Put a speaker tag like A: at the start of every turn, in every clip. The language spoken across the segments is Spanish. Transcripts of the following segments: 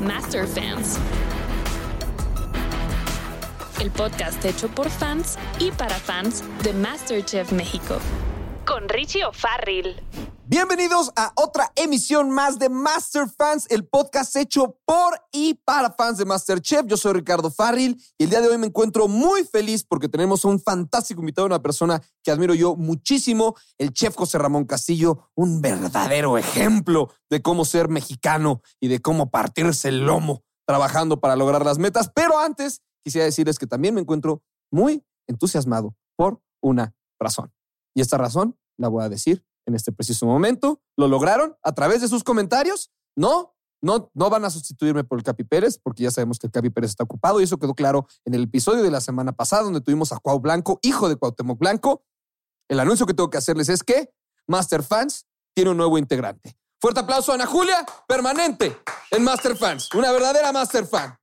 A: Master Fans. El podcast hecho por fans y para fans de MasterChef México. Con Richie O'Farrill.
B: Bienvenidos a otra emisión más de Master Fans, el podcast hecho por y para fans de MasterChef. Yo soy Ricardo Farril y el día de hoy me encuentro muy feliz porque tenemos a un fantástico invitado, una persona que admiro yo muchísimo, el chef José Ramón Castillo, un verdadero ejemplo de cómo ser mexicano y de cómo partirse el lomo trabajando para lograr las metas. Pero antes, quisiera decirles que también me encuentro muy entusiasmado por una razón. Y esta razón la voy a decir en este preciso momento. ¿Lo lograron a través de sus comentarios? No, no, no van a sustituirme por el Capi Pérez, porque ya sabemos que el Capi Pérez está ocupado y eso quedó claro en el episodio de la semana pasada donde tuvimos a Cuau Blanco, hijo de Cuauhtémoc Blanco. El anuncio que tengo que hacerles es que Master Fans tiene un nuevo integrante. Fuerte aplauso a Ana Julia, permanente en Master Fans, una verdadera Master Fan.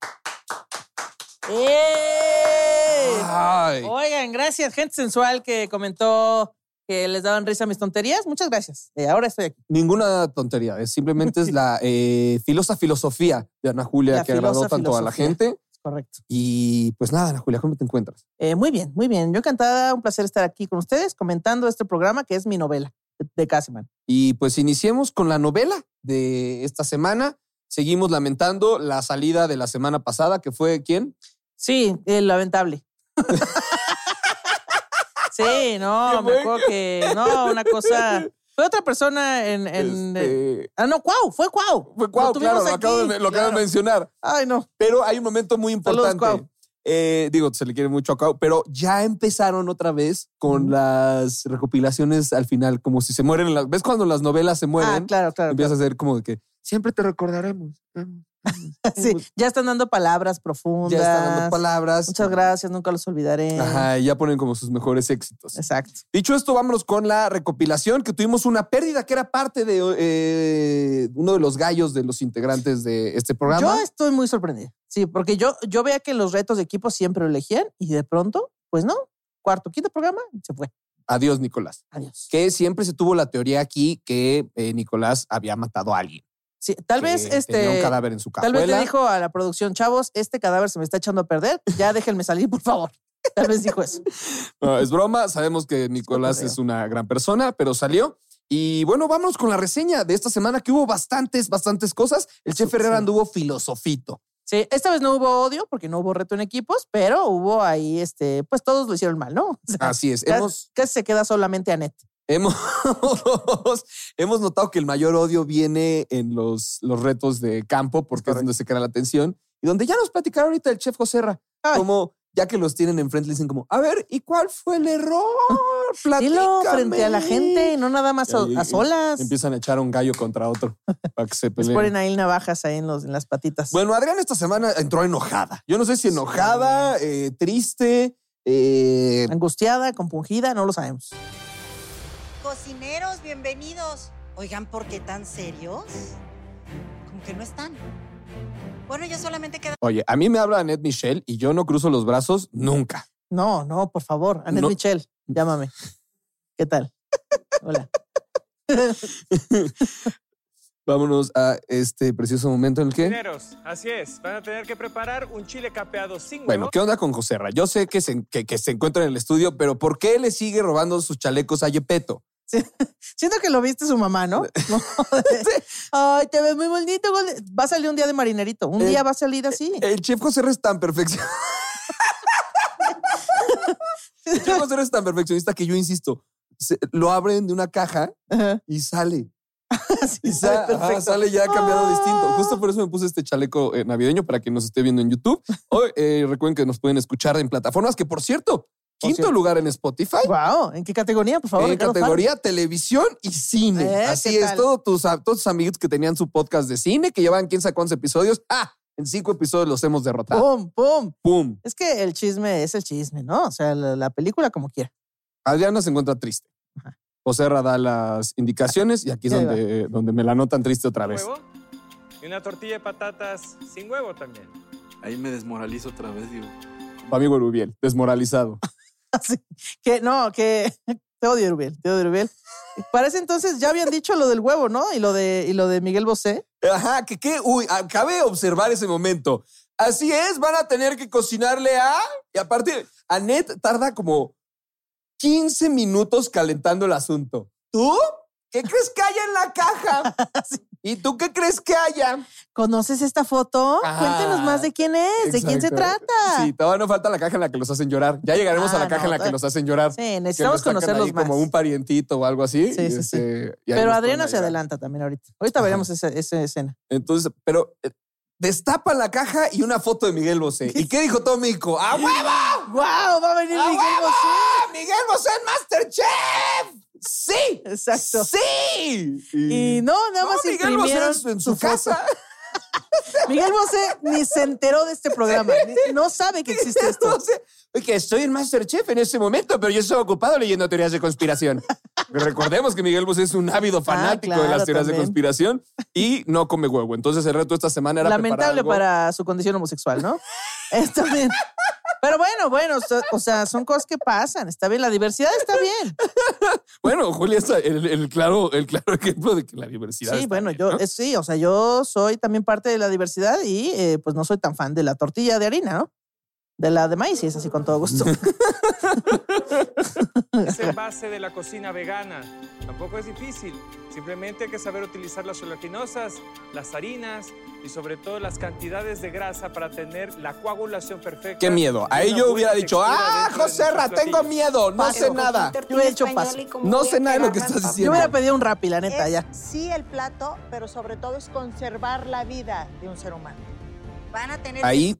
C: ¡Eh!
B: Ay.
C: Oigan, gracias, gente sensual que comentó que les daban risa mis tonterías. Muchas gracias. Eh, ahora estoy aquí.
B: Ninguna tontería, es simplemente es la eh, filosa filosofía de Ana Julia
C: La
B: que agradó
C: filosa
B: tanto a la
C: filosofía.
B: gente.
C: Es correcto.
B: Y pues nada, Ana Julia, ¿cómo te encuentras?
C: Eh, muy bien, muy bien. Yo encantada, un placer estar aquí con ustedes comentando este programa que es mi novela de, de Casiman.
B: Y pues iniciemos con la novela de esta semana. Seguimos lamentando la salida de la semana pasada, que fue ¿quién?
C: Sí, el lamentable. sí,
B: Qué
C: no, me
B: bueno.
C: acuerdo que. No, una cosa. Fue otra persona en. en-
B: Este,
C: ah, no, Cuau, fue Cuau.
B: fue Cuau,
C: tuvimos
B: claro,
C: aquí,
B: lo acabo, de, lo acabo de
C: claro.
B: mencionar.
C: Ay, no.
B: Pero hay un momento muy
C: Saludos,
B: importante.
C: Cuau.
B: Eh, digo, se le quiere mucho a Cuau, pero ya empezaron otra vez con
C: Ujú.
B: las recopilaciones al final, como si se mueren. en las- ¿Ves cuando las novelas se mueren?
C: Ah, claro, claro.
B: Empieza a ser como de que siempre te recordaremos.
C: Sí, ya están dando palabras profundas.
B: Ya están dando palabras.
C: Muchas gracias, nunca los olvidaré.
B: Ajá, y ya ponen como sus mejores éxitos.
C: Exacto.
B: Dicho esto, vámonos con la recopilación, que tuvimos una pérdida que era parte de eh, uno de los gallos de los integrantes de este programa.
C: Yo estoy muy sorprendida. Sí, porque yo, yo veía que los retos de equipo siempre lo elegían y de pronto, pues no, cuarto, quinto programa, se fue.
B: Adiós, Nicolás.
C: Adiós.
B: Que siempre se tuvo la teoría aquí que eh, Nicolás había matado a alguien.
C: Sí, tal
B: que
C: vez
B: Tenía un
C: este.
B: cadáver en su
C: Tal
B: cajuela.
C: vez le dijo a la producción, chavos, este cadáver se me está echando a perder, ya déjenme salir, por favor. Tal vez dijo eso.
B: No, es broma, sabemos que Nicolás
C: cotorreo.
B: es una gran persona, pero salió. Y bueno, vámonos con la reseña de esta semana, que hubo bastantes, bastantes cosas. El chef
C: Sí,
B: Herrera
C: sí.
B: anduvo filosofito.
C: Sí, esta vez no hubo odio porque no hubo reto en equipos, pero hubo ahí, este, pues todos lo hicieron mal, ¿no? O sea,
B: Así es.
C: casi-
B: Hemos,
C: casi se queda solamente Anet.
B: Hemos, hemos notado que el mayor odio viene en los, los retos de campo, porque es,
C: correcto.
B: donde se crea la tensión. Y donde ya nos platicaron ahorita el chef José Ra,
C: Ay.
B: como ya que los tienen enfrente, le dicen como, a ver, ¿y cuál fue el error?
C: Dilo frente a la
B: Platícame".
C: gente, no nada más a,
B: Y- y-
C: a solas.
B: Empiezan a echar un gallo contra otro para que se
C: Les
B: peleen.
C: ponen ahí navajas ahí en, los, en las patitas.
B: Bueno, Adrián esta semana entró enojada. Yo no sé si enojada, eh, triste, eh,
C: Angustiada, compungida, no lo sabemos.
D: Cocineros, bienvenidos. Oigan, ¿por qué tan serios? Como que no están. Bueno, yo solamente queda.
B: Oye, a mí me habla Annette Michelle y yo no cruzo los brazos nunca.
C: No, no, por favor. Anet
B: No.
C: Michel, llámame. ¿Qué tal? Hola.
B: Vámonos a este precioso momento en el que...
E: Cocineros, así es. Van a tener que preparar un chile capeado sin
B: Bueno, ¿qué onda con Joserra? Yo sé que se, que, que se encuentra en el estudio, pero ¿por qué le sigue robando sus chalecos a Yepeto?
C: Siento que lo viste su mamá, ¿no? No, de- Ay, te ves muy bonito. Golde. Va a salir un día de marinerito. Un
B: Eh,
C: día va a salir así.
B: El chef Joserra es tan perfeccionista. el chef Joserra es tan perfeccionista que yo insisto, se- lo abren de una caja
C: Ajá.
B: y sale.
C: Así
B: Y
C: sale
B: sa- ajá,
C: perfecto.
B: eh, sale ya cambiado
C: Ah.
B: distinto. Justo por eso me puse este chaleco eh, navideño para quien nos esté viendo en YouTube. Hoy eh, recuerden que nos pueden escuchar en plataformas que, por cierto, quinto
C: cierto.
B: lugar en Spotify.
C: Wow, ¿en qué categoría, por favor?
B: en
C: Ricardo
B: categoría televisión y cine.
C: Eh,
B: Así
C: ¿qué
B: es,
C: tal?
B: todos tus, a- todos tus amiguitos que tenían su podcast de cine, que llevaban quién sabe cuántos episodios, ¡ah! En cinco episodios los hemos
C: Farrell?
B: derrotado.
C: Pum, pum.
B: ¡Pum!
C: Es que el chisme es el chisme, ¿no? O sea, la, la película como quiera.
B: Adriana se encuentra triste.
C: Ajá.
B: José da las indicaciones y aquí es
C: Ahí
B: donde, donde me la notan triste otra vez.
E: huevo. Y una tortilla de patatas sin huevo también.
F: Ahí me desmoralizo otra vez, digo.
B: Tu amigo Rubiel, desmoralizado.
C: Así que no, que Te odio, Erubiel, te odio, Erubiel. Para ese entonces ya habían dicho lo del huevo, ¿no? Y lo de, y lo de Miguel Bosé.
B: Ajá, que qué, uy, acabe de observar ese momento. Así es, van a tener que cocinarle a. Y aparte, Anet tarda como 15 minutos calentando el asunto. ¿Tú? ¿Qué crees que haya en la caja? ¿Y tú qué crees que haya?
C: ¿Conoces esta foto?
B: Ah,
C: Cuéntenos más de quién es, de quién se
B: Exacto.
C: trata.
B: Sí, todavía no falta la caja en la que los hacen llorar. Ya llegaremos
C: Ah,
B: a la caja
C: no,
B: en la que los hacen llorar.
C: Sí,
B: Que
C: necesitamos
B: sacan
C: conocerlos
B: ahí
C: más.
B: Como un parientito o algo así.
C: Sí, sí,
B: y
C: sí.
B: este, y ahí
C: Pero
B: nos
C: Adriana
B: ponen
C: se
B: a llorar.
C: adelanta también ahorita. Ahorita
B: Ajá.
C: veremos esa, esa escena.
B: Entonces, pero eh, destapan la caja y una foto de Miguel Bosé. ¿Y qué dijo todo México? ¡A huevo!
C: Ah, ¡Guau! Va a venir
B: ¡A
C: Miguel
B: huevo!
C: Bosé.
B: ¡Miguel Bosé en Masterchef! ¡Sí!
C: Exacto.
B: ¡Sí!
C: Y no, nada
B: No,
C: más
B: Miguel Bosé
C: imprimieron
B: en su, en su
C: foto.
B: casa.
C: Miguel Bosé ni se enteró de este programa. ni- No sabe que existe esto.
B: Entonces, que estoy en Masterchef en ese momento, pero yo estoy ocupado leyendo teorías de conspiración. Recordemos que Miguel Bosé es un ávido fanático de
C: Ah, claro,
B: las teorías de
C: también.
B: conspiración y no come huevo. Entonces el reto esta semana era preparar
C: Lamentable
B: algo.
C: para su condición homosexual, ¿no? Está bien. Pero bueno, bueno, so- o sea, son cosas que pasan. Está bien, la diversidad está bien.
B: Bueno, Julia es el, el claro, el claro ejemplo de que la diversidad.
C: Sí,
B: está
C: bueno,
B: bien,
C: yo
B: ¿no?
C: eh, sí, o sea, yo soy también parte de la diversidad y eh, pues no soy tan fan de la tortilla de harina, ¿no? De la de maíz, y es así con todo gusto.
E: Es el base de la cocina vegana. Tampoco es difícil. Simplemente hay que saber utilizar las gelatinosas, las harinas y sobre todo las cantidades de grasa para tener la coagulación perfecta.
B: Qué miedo.
E: y
B: Ahí
E: una
B: yo
E: buena
B: hubiera dicho,
E: textura
B: ah,
E: dentro de
B: Joserra,
E: nuestros
B: tengo
E: platillos".
B: miedo, no sé nada.
C: Yo hubiera hecho paso.
B: No sé nada de lo que estás
C: Yo
B: diciendo.
C: hubiera pedido un rapi, la neta,
D: Es,
C: ya.
D: sí, el plato, pero sobre todo es conservar la vida de un ser humano. Van a tener
B: Ahí,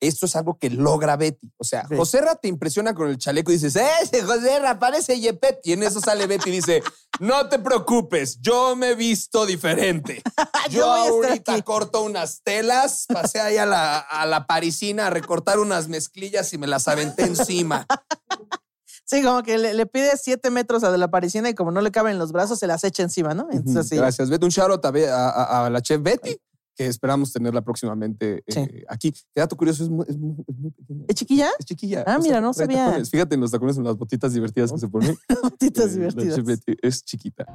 B: esto es algo que logra Betty. O sea,
C: Sí.
B: Joserra te impresiona con el chaleco y dices, ¡Ese Joserra parece Yepet! Y en eso sale Betty y dice, no te preocupes, yo me he visto diferente. Yo,
C: Yo voy a estar
B: ahorita
C: aquí".
B: corto unas telas, pasé ahí a la, a la parisina a recortar unas mezclillas y me las aventé encima.
C: Sí, como que le, le pide siete metros a de la parisina y como no le caben los brazos, se las echa encima, ¿no? Entonces,
B: Ujú,
C: así.
B: Gracias, Betty. Un shout out a, Be- a- a- a la chef Betty, que esperamos tenerla próximamente eh,
C: Sí.
B: aquí. Qué dato curioso, es muy, es muy- es muy pequeña.
C: ¿Eh, chiquilla?
B: Es chiquilla.
C: Ah, mira, no
B: trae
C: sabía.
B: tacones. Fíjate en los tacones, en las botitas divertidas que se ponen.
C: Patitas
B: Eh, la
C: divertidas.
B: chef Betty es chiquita.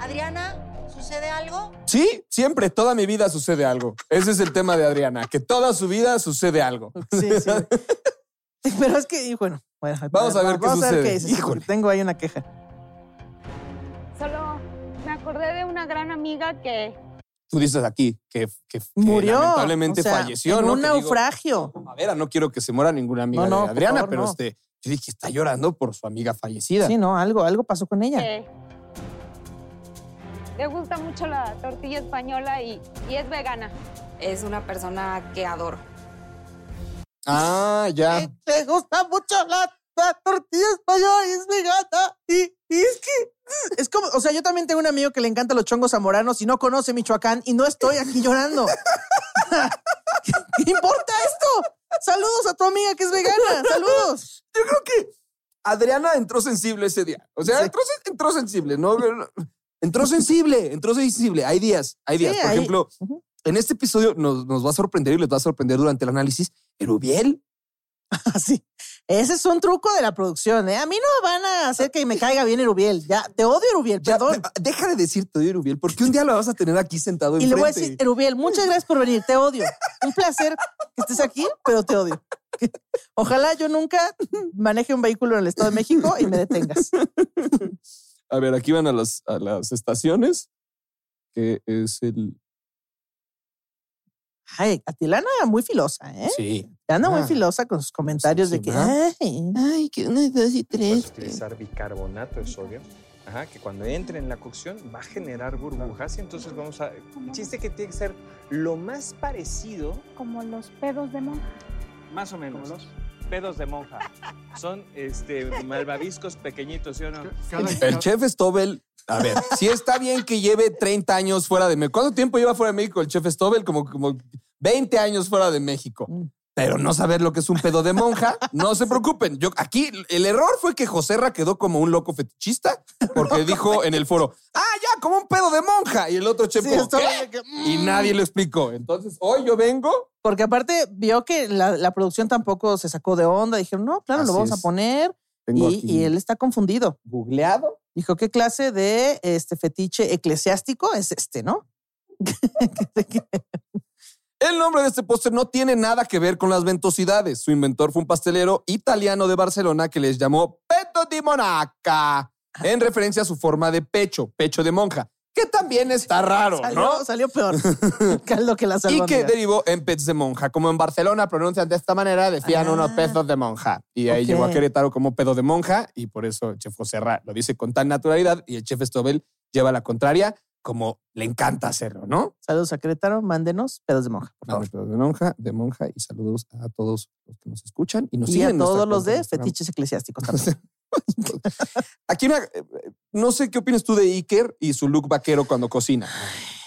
D: Adriana, ¿sucede algo?
B: Sí, siempre, toda mi vida sucede algo. Ese es el tema de Adriana, que toda su vida sucede algo.
C: Sí, sí. Pero es que, y bueno, bueno,
B: Vamos a ver qué
C: vamos a ver
B: sucede.
C: qué dices, porque
B: Híjole.
C: tengo ahí una queja.
G: Solo me acordé de una gran amiga que
B: Tú dices aquí que, que- que
C: Murió.
B: lamentablemente
C: o sea,
B: falleció,
C: en
B: ¿no?
C: un
B: Que digo,
C: naufragio.
B: a ver, no quiero que se muera ninguna amiga
C: No, no,
B: de
C: por
B: Adriana,
C: favor,
B: pero
C: no.
B: este, yo dije, está llorando por su amiga fallecida.
C: Sí, no, algo, algo pasó con ella.
G: que le gusta mucho la tortilla española y, y es vegana.
H: Es una persona que adoro.
B: Ah, ya.
C: Eh, Le gusta mucho la, la tortilla española y es vegana. Y, y es que es como, o sea, yo también tengo un amigo que le encanta los chongos zamoranos y no conoce Michoacán y no estoy aquí llorando. ¿Qué, qué importa esto? Saludos a tu amiga que es vegana. Saludos.
B: Yo creo que Adriana entró sensible ese día. O sea,
C: Sí.
B: entró, sen- entró sensible, ¿no? Entró sensible, entró sensible. Hay días, hay días.
C: Sí,
B: Por
C: hay-
B: ejemplo,
C: Ujú.
B: en este episodio nos, nos va a sorprender y les va a sorprender durante el análisis. Erubiel,
C: Así. Ese es un truco de la producción, ¿eh? A mí no van a hacer que me caiga bien Erubiel. Ya, te odio Erubiel,
B: ya,
C: perdón.
B: de- deja de decir te odio, Erubiel, porque un día lo vas a tener aquí sentado
C: Y le
B: enfrente.
C: voy a decir, eh Erubiel, muchas gracias por venir, te odio. Un placer que estés aquí, pero te odio. Ojalá yo nunca maneje un vehículo en el Estado de México y me detengas.
B: A ver, aquí van a las, a las estaciones, que es el...
C: Ay, Atilana muy filosa, ¿eh?
B: Sí.
C: Anda muy
B: Ah.
C: filosa con sus comentarios de que,
B: Encima.
C: ay, pues,
I: Ay, que una, dos y
E: Puedes
I: tres.
G: Este.
E: utilizar bicarbonato de sodio, ajá, que cuando entre en la cocción va a generar burbujas y entonces vamos a... El chiste es que tiene que ser lo más parecido,
G: Como los pedos de monja.
E: más o menos. Pedos de monja. Son este, malvaviscos pequeñitos, ¿sí o no?
B: El chef Stobel, a ver, si está bien que lleve 30 años fuera de México. ¿Cuánto tiempo lleva fuera de México el chef Stobel? Como, como 20 años fuera de México.
C: Mm.
B: Pero no saber lo que es un pedo de monja, no se preocupen. Yo aquí el error fue que Joserra quedó como un loco fetichista porque dijo en el foro, "Ah, ya, como un pedo de monja." Y el otro chef
C: Sí,
B: como,
C: estaba
B: "¿Qué?". y nadie lo explicó. Entonces, hoy yo vengo
C: Porque aparte vio que la, la producción tampoco se sacó de onda. Dijeron, no, claro,
B: Así
C: lo vamos
B: es.
C: a poner.
B: Tengo
C: Y,
B: aquí
C: y él está confundido.
B: googleado.
C: Dijo, ¿qué clase de este fetiche eclesiástico es este, no?
B: El nombre de este póster no tiene nada que ver con las ventosidades. Su inventor fue un pastelero italiano de Barcelona que les llamó Peto di
C: Ah.
B: Monaca, en referencia a su forma de pecho, pecho de monja, que también está raro,
C: salió,
B: ¿no?
C: salió peor. Caldo que la
B: Y
C: salmón.
B: que derivó en pez de monja. Como en Barcelona pronuncian de esta manera, decían
C: Ah.
B: unos pesos de monja. Y ahí
C: Ok.
B: llegó a Querétaro como pedo de monja y por eso el chef José Ra lo dice con tan naturalidad y el chef Estobel lleva la contraria como le encanta hacerlo, ¿no?
C: Saludos a Querétaro, mándenos pedos de monja, por favor.
B: Dame pedo de monja, de monja y saludos a todos los que nos escuchan y nos
C: Y
B: siguen.
C: a
B: en nuestra
C: todos los
B: cuenta
C: de
B: Instagram.
C: fetiches eclesiásticos también.
B: Aquí una, eh, no sé qué opinas tú de Iker y su look vaquero cuando cocina.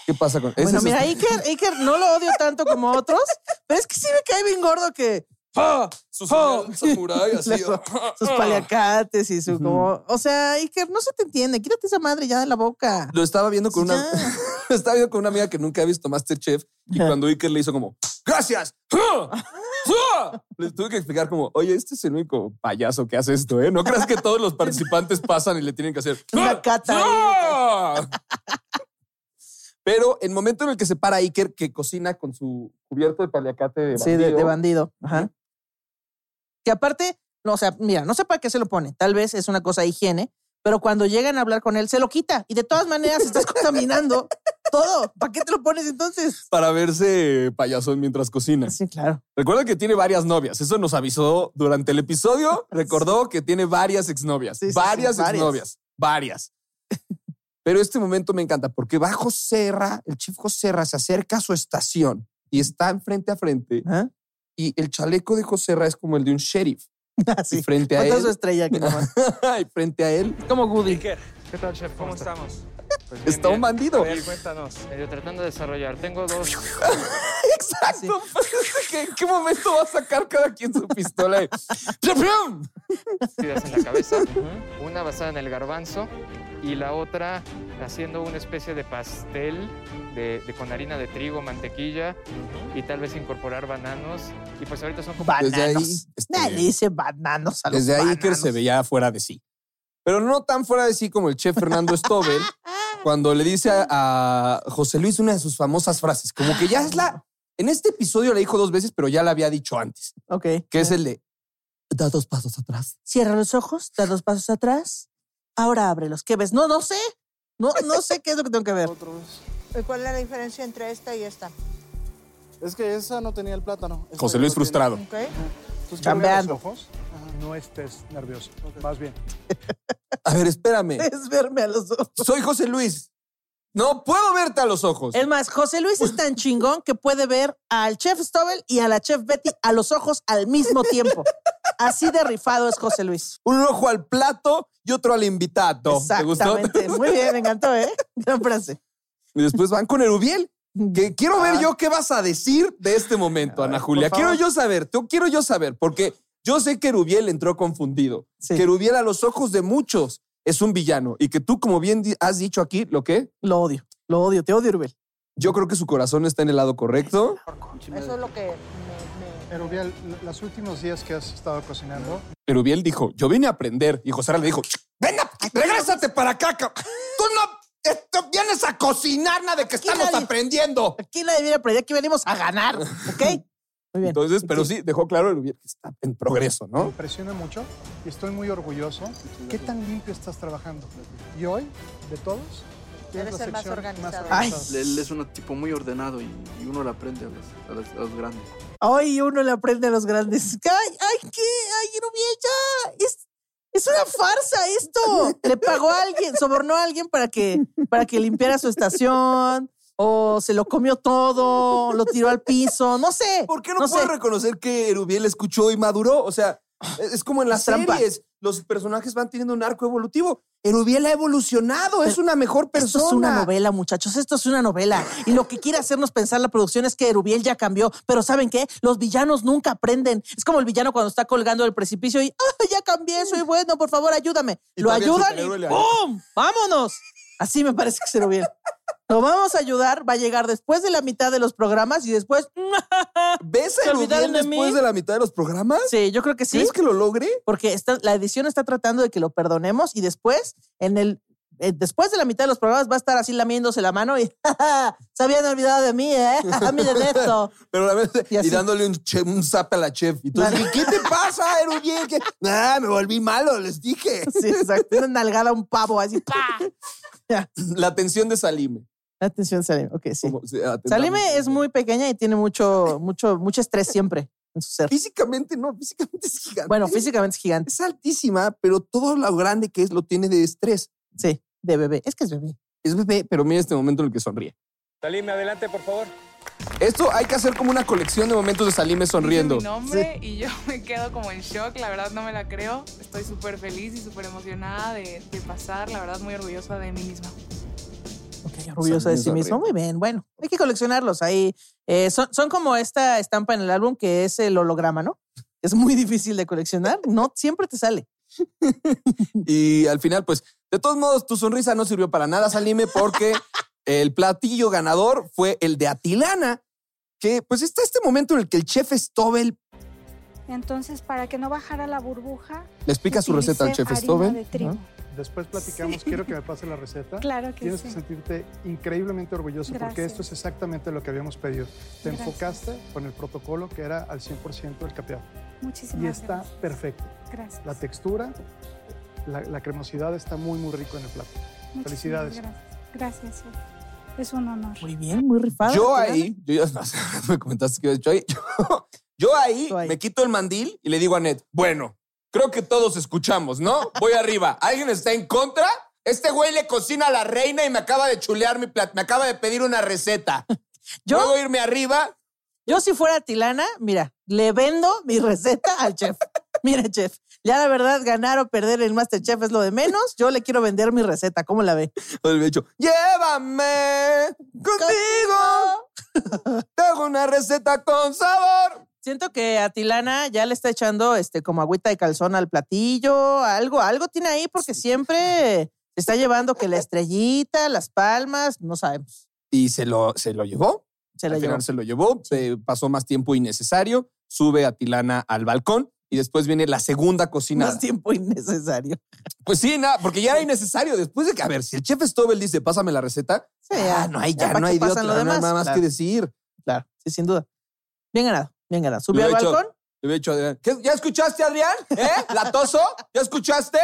B: ¿Qué pasa con ese
C: Bueno,
B: es-
C: mira, Iker, Iker no lo odio tanto como otros, pero es que sí me cae bien gordo que
B: su
C: ¡Oh!
B: samurái- samurái así,
C: Luego,
B: Ah.
C: sus paliacates y su
B: Ujú.
C: como. O sea, Iker, no se te entiende. Quítate esa madre ya de la boca.
B: Lo estaba viendo con una,
C: Ya.
B: lo estaba viendo con una amiga que nunca ha visto Masterchef y cuando Iker le hizo como, gracias. Les tuve que explicar como, oye, este es el único payaso que hace esto, ¿eh? No creas que todos los participantes pasan y le tienen que hacer.
C: Una cata ahí.
B: Pero el momento en el que se para Iker, que cocina con su cubierto de paliacate de
C: Sí, de, de
B: este bandido,
C: bandido. Ajá. Que aparte, no, o sea, mira, no sé para qué se lo pone. Tal vez es una cosa de higiene, pero cuando llegan a hablar con él, se lo quita. Y de todas maneras, estás contaminando todo. ¿Para qué te lo pones entonces?
B: para verse payasón mientras cocina.
C: Sí, claro.
B: Recuerda que tiene varias novias. Eso nos avisó durante el episodio. Recordó que tiene varias exnovias.
C: Sí, sí, sí,
B: varias
C: varias.
B: exnovias. Varias. Pero este momento me encanta porque bajo Serra, el chico Serra se acerca a su estación y están frente a frente.
C: Ajá.
B: Y el chaleco de Joserra es como el de un sheriff. Y
C: Así.
B: frente a
C: Falta Ah, su
B: él,
C: estrella aquí nomás.
B: y frente a él
C: Como Goody.
E: Iker,
I: ¿Qué tal, chef?
E: ¿cómo
I: está?
E: estamos?
I: Pues bien,
B: está un
I: bien.
E: A
B: bandido.
E: ver, cuéntanos.
I: Medio tratando de desarrollar. Tengo dos.
B: Exacto. ¿Qué, qué momento va a sacar cada quien su pistola? y- ¡Pium, pium!
I: ideas en la cabeza. Una basada en el garbanzo y la otra haciendo una especie de pastel de, de- con harina de trigo, mantequilla y tal vez incorporar bananos. Y pues ahorita son como...
B: Desde ahí,
C: Bananos.
B: este,
C: Nadie le dice bananos a los
B: Desde ahí Iker
C: bananos.
B: se veía fuera de sí. Pero no tan fuera de sí como el chef Fernando Stobel cuando le dice a, a José Luis una de sus famosas frases, como que ya es la... En este episodio la dijo dos veces, pero ya la había dicho antes,
C: Ok.
B: que es el de... Da dos pasos atrás.
C: Cierra los ojos, da dos pasos atrás. Ahora ábrelos. ¿Qué ves? No, no sé. No, no sé qué es lo que tengo que ver.
D: ¿Y ¿Cuál es la diferencia entre esta y esta?
J: Es que esa no tenía el plátano. Esta
B: José
J: ya
B: Luis
J: lo
B: frustrado.
D: ¿Ok?
J: tiene. Tú cierra
C: Chambeando.
J: los ojos, no estés nervioso. Vas bien.
B: A ver, espérame.
C: Es verme a los ojos.
B: Soy José Luis. No puedo verte a los ojos.
C: Es más, José Luis es tan chingón que puede ver al chef Stobel y a la chef Betty a los ojos al mismo tiempo. Así de rifado es José Luis.
B: Un ojo al plato y otro al invitado. ¿Te gustó?
C: Exactamente. Muy bien, me encantó, ¿eh? Gran frase.
B: Y después van con Erubiel. Que quiero ver yo qué vas a decir de este momento, Ana Julia.
C: Ah. por
B: Quiero
C: favor.
B: yo saber, tú quiero yo saber, porque yo sé que Erubiel entró confundido.
C: Sí.
B: Que Erubiel a los ojos de muchos es un villano y que tú, como bien di- has dicho aquí, lo que
C: Lo odio, lo odio. Te odio, Urbel.
B: yo creo que su corazón está en el lado correcto.
D: Eso es lo que me... me-
J: Pero Biel, los últimos días que has estado cocinando,
B: Erubiel dijo, yo vine a aprender. Y José le dijo, ven, a- regrésate para acá. cab- Tú no esto- vienes a cocinar nada de que
C: Aquí
B: estamos
C: nadie-
B: aprendiendo.
C: Aquí nadie viene a aprender, aquí venimos a ganar, ¿ok? Muy bien.
B: Entonces, pero sí, dejó claro Erubiel que está en progreso,
J: me
B: ¿no?
J: impresiona mucho y estoy muy orgulloso. ¿Qué tan limpio estás trabajando? Y hoy, de todos,
D: Debe
J: eres
D: ser más organizado.
C: Ay.
F: Él es un tipo muy ordenado y, y uno le aprende a los, a los- a los grandes.
C: Ay, uno le aprende a los grandes. Ay, ay, qué, ay, Irubia, ya. Es, es una farsa esto. Le pagó a alguien, sobornó a alguien para que, para que limpiara su estación. O se lo comió todo, lo tiró al piso, no sé.
B: ¿Por qué no,
C: No
B: puedo
C: sé. Ah,
B: reconocer que Erubiel escuchó y maduró? O sea, es es como en las
C: Trampa.
B: series. Los personajes van teniendo un arco evolutivo. Erubiel ha evolucionado, es una mejor persona.
C: Esto es una novela, muchachos, esto es una novela. Y lo que quiere hacernos pensar la producción es que Erubiel ya cambió, pero ¿saben qué? Los villanos nunca aprenden. Es como el villano cuando está colgando del precipicio y, ah, ya cambié, soy bueno, por favor, ayúdame.
B: Y
C: lo
B: todavía el
C: ayudan y
B: superhéroe le ayuda.
C: ¡pum! ¡Vámonos! Así me parece que se lo viene. Lo vamos a ayudar, va a llegar después de la mitad de los programas y después. mm,
B: ¿Ves
C: ¿Se
B: a
C: olvidaron
B: Erudiel
C: de mí?
B: después de la mitad de los programas?
C: Sí, yo creo que sí.
B: ¿Crees que lo logre?
C: Porque está- la edición está tratando de que lo perdonemos y después, en el, eh, después de la mitad de los programas, va a estar así lamiéndose la mano y se habían olvidado de mí, ¿eh? Miren esto.
B: Pero la verdad,
C: Y
B: y,
C: así.
B: dándole un, che- un zap a la chef. Y tú,
C: Vale.
B: ¿qué te pasa, Erudiel? ¿Qué? Nah, me volví malo, les dije.
C: Sí, exacto. Una nalgada a un pavo así. ¡pa!
B: La atención de Salime.
C: Atención, Salime. Ok, sí.
B: Como, sí, atentamos.
C: Salime es muy pequeña y tiene mucho, mucho, mucho estrés siempre en su ser.
B: Físicamente no, físicamente es gigante.
C: Bueno, físicamente es gigante.
B: es altísima, pero todo lo grande que es lo tiene de estrés.
C: Sí, de bebé. Es que es bebé.
B: Es bebé, pero mira este momento en el que sonríe.
E: Salime, adelante, por favor.
B: Esto hay que hacer como una colección de momentos de Salime sonriendo.
K: Dice mi nombre y yo me quedo como en shock, la verdad no me la creo. Estoy súper feliz y súper emocionada de, de pasar, la verdad muy orgullosa de mí misma.
C: Ok, orgullosa de sí
B: Salime
C: mismo.
B: sonríe.
C: Muy bien. Bueno, hay que coleccionarlos ahí. Eh, son, son como esta estampa en el álbum que es el holograma, ¿no? Es muy difícil de coleccionar. No siempre te sale.
B: Y al final, pues, de todos modos, tu sonrisa no sirvió para nada, Salime, porque el platillo ganador fue el de Atilana, que pues está este momento en el que el chef Stobel
L: Entonces, para que no bajara la burbuja,
B: le explica su receta al
L: utilicé
B: chef
L: harina
B: Stobel.
L: de trigo.
J: Después platicamos,
L: Sí.
J: quiero que me pase la receta.
L: Claro que
J: Tienes
L: sí.
J: que sentirte increíblemente orgulloso porque
L: Gracias.
J: esto es exactamente lo que habíamos pedido. Te
L: Gracias.
J: enfocaste con el protocolo que era al 100% el capeado.
L: Muchísimas
J: Y está
L: gracias.
J: perfecto.
L: Gracias.
J: La textura, la, la cremosidad está muy, muy rico en el plato.
L: Muchísimas
J: Felicidades.
L: Gracias. gracias. Sofía. Es un honor.
C: Muy bien, muy rifado.
B: Yo
C: Atilana.
B: ahí, yo ya me comentaste que había hecho ahí. Yo, yo ahí
C: Tú ahí.
B: me quito el mandil y le digo a Ned, bueno, creo que todos escuchamos, ¿no? Voy arriba. ¿Alguien está en contra? Este güey le cocina a la reina y me acaba de chulear mi plato, me acaba de pedir una receta.
C: Yo-
B: ¿Puedo irme arriba?
C: Yo si fuera Tilana, mira, le vendo mi receta al chef. Mira, chef, ya la verdad, ganar o perder el Masterchef es lo de menos. Yo le quiero vender mi receta. ¿Cómo la ve?
B: O le he dicho, llévame contigo. Te hago una receta con sabor.
C: Siento que a Tilana ya le está echando este como agüita de calzón al platillo, algo, algo tiene ahí porque siempre se está llevando que la estrellita, las palmas, no sabemos.
B: Y se lo, se lo llevó.
C: Se la
B: al
C: llevó.
B: final se lo llevó, se pasó más tiempo innecesario, sube a Tilana al balcón y después viene la segunda cocinada.
C: Más tiempo innecesario.
B: Pues sí, nada, porque ya era innecesario. Después de que, a ver, si el chef Stobel dice, pásame la receta,
C: Sí,
B: ah, no hay, ya
C: ¿para
B: no
C: qué
B: hay de
C: pasan lo
B: otra, no hay
C: demás?
B: nada más
C: Claro.
B: que decir.
C: Claro, sí, sin duda. Bien ganado, bien ganado. Subió al
B: Lo he hecho.
C: balcón.
B: Le había dicho a Adrián, "¿Qué? ¿ya escuchaste, Adrián? ¿Eh? ¿Latoso? ¿Ya escuchaste?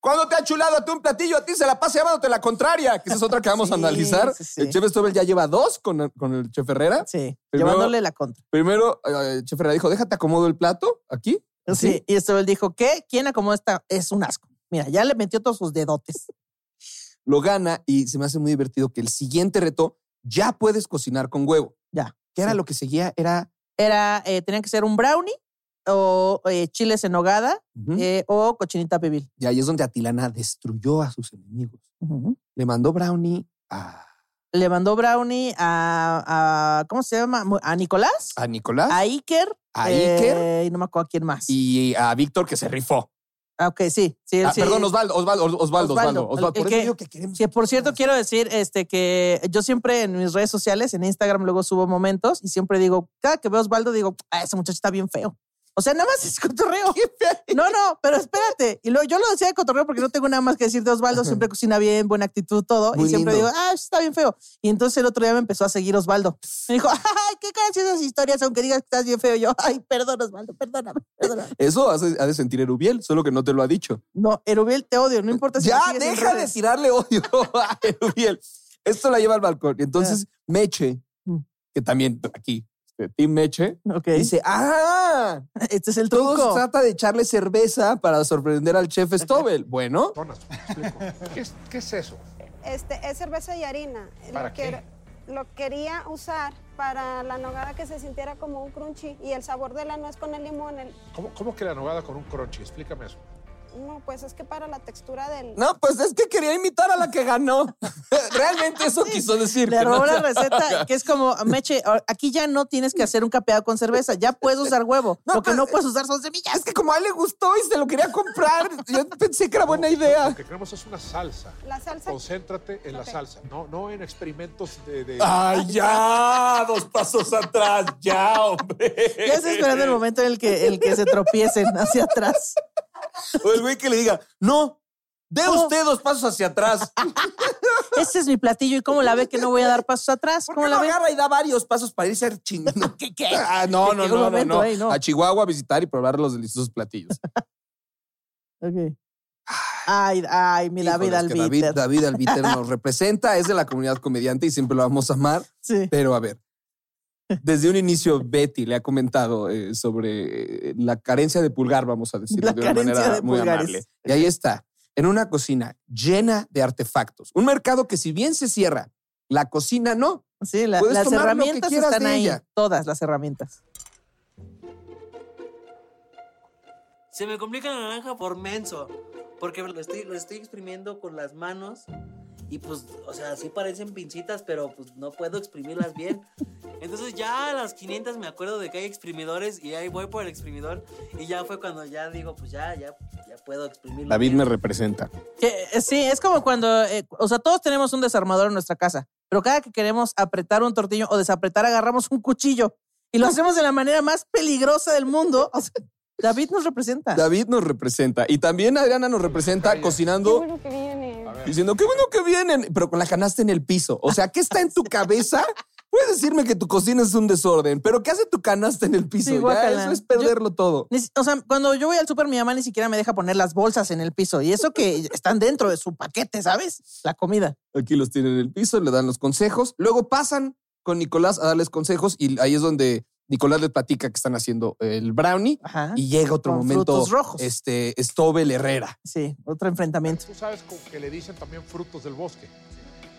B: ¿Cuándo te ha chulado a ti un platillo? A ti se la pasa llamándote la contraria, que esa es otra que vamos a
C: Sí,
B: analizar.
C: sí, sí.
B: El chef Stobel ya lleva dos con, con el chef Herrera.
C: Sí,
B: Primero-
C: llevándole la contra.
B: Primero, eh, el chef Herrera dijo, déjate acomodo el plato aquí.
C: Sí. Y esto él dijo, ¿qué? ¿Quién acomoda esta? Es un asco. Mira, ya le metió todos sus dedotes.
B: lo gana y se me hace muy divertido que el siguiente reto ya puedes cocinar con huevo.
C: Ya.
B: Que era
C: Sí.
B: lo que seguía, era
C: Era, eh, tenía que ser un brownie o eh, chiles en nogada
B: ujú,
C: eh, o cochinita pibil.
B: y ahí es donde Atilana destruyó a sus enemigos. Le mandó brownie a,
C: Le mandó brownie a, a- ¿cómo se llama? Mu- A Nicolás,
B: a Nicolás,
C: a Iker.
B: a
C: eh,
B: Iker
C: y no me acuerdo a quién más.
B: y a Víctor que se rifó.
C: Ah, ok, sí. sí, él
B: Ah,
C: sí.
B: Perdón, Osvaldo, Osvaldo, Osvaldo, Osvaldo,
C: Osvaldo,
B: Osvaldo.
C: el
B: Por
C: que-
B: eso digo que queremos.
C: Sí, por cierto, quiero decir este, que yo siempre en mis redes sociales, en Instagram, luego subo momentos y siempre digo, cada que veo a Osvaldo, digo, ah, ese muchacho está bien feo. O sea, nada más es cotorreo. No, no, pero espérate. Y luego yo lo decía de cotorreo porque no tengo nada más que decir de Osvaldo. Siempre cocina bien, buena actitud, todo.
B: Muy
C: y siempre
B: lindo.
C: digo, ah, está bien feo. Y entonces el otro día me empezó a seguir Osvaldo. Me dijo, ay, qué graciosas historias, aunque digas que estás bien feo. Yo, ay, perdón, Osvaldo, perdóname, perdóname.
B: Eso hace- ha de sentir Erubiel, solo que no te lo ha dicho.
C: No, Erubiel, te odio, no importa si me
B: ya,
C: sigues en
B: deja de
C: redes.
B: tirarle odio a Erubiel. Esto la lleva al balcón. Y Entonces, Meche,
C: Ah. Mm.
B: que también aquí, este, Team Meche,
C: Ok,
B: dice, ah,
C: este es el truco.
B: Todo se trata de echarle cerveza para sorprender al chef Stobel. Bueno,
M: ¿Qué es, qué es eso?
L: Este, es cerveza y harina.
M: ¿Para
L: lo, que-
M: qué?
L: lo quería usar para la nogada que se sintiera como un crunchy y el sabor de la nuez con el limón. el-
M: ¿Cómo, cómo que la nogada con un crunchy? Explícame eso.
L: No, pues es que para la textura del...
B: No, pues es que quería imitar a la que ganó. Realmente eso quiso decir.
C: Le
B: que no
C: robó la
B: se
C: receta,
B: haga.
C: que es como, Meche, aquí ya no tienes que hacer un capeado con cerveza, ya puedes usar huevo. lo que no puedes usar son semillas.
B: Es que como a él le gustó y se lo quería comprar, yo pensé que era buena idea.
M: Lo que queremos es una salsa.
L: La salsa.
M: Concéntrate en la salsa, no, no en experimentos de. de-
B: ¡Ay, ya! Dos pasos atrás, ya, hombre.
C: Ya este. estoy esperando el momento en el que, el que se tropiecen hacia atrás.
B: O el güey que le diga, no, dé usted dos pasos hacia atrás.
C: Ese es mi platillo y cómo la ve que no voy a dar pasos atrás. ¿Cómo
B: ¿Cómo
C: la
B: la
C: ve?
B: agarra y da varios pasos para irse a chingando? ¿Qué, qué? Ah, no, no,
C: Llegó
B: no,
C: un
B: no,
C: momento,
B: no.
C: ey, no.
B: A Chihuahua a visitar y probar los deliciosos platillos.
C: Ok. Ay, ay, mi David
B: Híjoles, que David,
C: Albiter.
B: David Albiter nos representa, es de la comunidad comediante y siempre lo vamos a amar.
C: Sí.
B: Pero a ver, desde un inicio Betty le ha comentado eh, sobre eh, la carencia de pulgar, vamos a decirlo
C: La
B: de una
C: carencia
B: manera
C: de
B: muy
C: pulgares.
B: amable. Y ahí está, en una cocina llena de artefactos, un mercado que si bien se cierra, la cocina no.
C: Sí, la-
B: Puedes
C: las
B: tomar lo que
C: herramientas
B: quieras
C: están
B: de
C: ahí.
B: ella.
C: Todas las herramientas.
N: Se me complica la naranja por menso. Porque lo estoy, lo estoy exprimiendo con las manos. Y pues, o sea, sí parecen pincitas, pero pues no puedo exprimirlas bien. Entonces ya a las 500 me acuerdo de que hay exprimidores y ahí voy por el exprimidor. Y ya fue cuando ya digo, pues ya, ya, ya puedo exprimirlo.
B: David
N: bien.
B: me representa.
C: Que, eh, sí, es como cuando, eh, o sea, todos tenemos un desarmador en nuestra casa, pero cada que queremos apretar un tortillo o desapretar, agarramos un cuchillo y lo hacemos de la manera más peligrosa del mundo. O sea, David nos representa.
B: David nos representa y también Adriana nos representa cocinando
L: que viene.
B: Diciendo, qué bueno que vienen, pero con la canasta en el piso. O sea, ¿qué está en tu cabeza? Puedes decirme que tu cocina es un desorden, pero ¿qué hace tu canasta en el piso?
C: Sí,
B: Ya,
C: guácala.
B: eso es perderlo todo.
C: Ni si- O sea, cuando yo voy al súper, mi mamá ni siquiera me deja poner las bolsas en el piso y eso que están dentro de su paquete, ¿sabes? La comida.
B: Aquí los tienen en el piso, le dan los consejos. Luego pasan con Nicolás a darles consejos y ahí es donde Nicolás les platica que están haciendo el brownie y llega otro
C: Ah, Con
B: momento.
C: frutos rojos.
B: Este, Stobel Herrera.
C: Sí, otro enfrentamiento.
M: Tú sabes con que le dicen también frutos del bosque.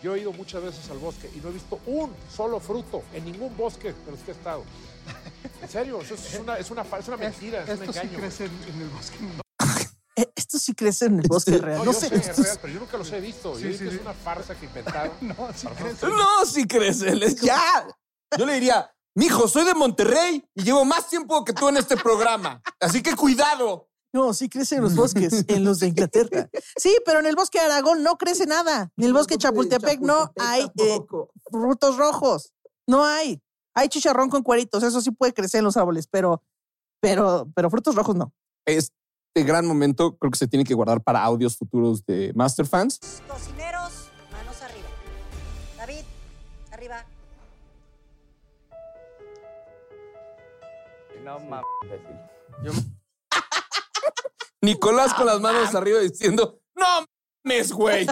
M: Yo he ido muchas veces al bosque y no he visto un solo fruto en ningún bosque de los que he estado. En serio, eso es una, es una, fa- es una mentira, es, un
J: Esto sí
M: engaño.
J: crece en, en el bosque.
C: Eh, Esto sí crece en el bosque real.
M: No,
C: No,
M: yo
C: sé.
M: sé, es
C: esto es-
M: real, pero yo nunca los he visto.
J: Sí,
M: yo vi
J: sí,
M: que
J: sí.
M: es una farsa que inventaron. no, sí crece.
B: No, si crece. les- Ya. Yo le diría, mijo, soy de Monterrey y llevo más tiempo que tú en este programa. Así que cuidado.
C: No, sí crece en los bosques, en los de Inglaterra. Sí, pero en el bosque de Aragón no crece nada. Ni el bosque de Chapultepec no hay eh, frutos rojos. No hay. Hay chicharrón con cueritos. Eso sí puede crecer en los árboles, pero, pero, pero frutos rojos no.
B: este gran momento creo que se tiene que guardar para audios futuros de Masterfans.
D: Cocineros, manos arriba. David, arriba.
O: No mames, imbécil.
B: Nicolás con las manos arriba diciendo, no mames, güey.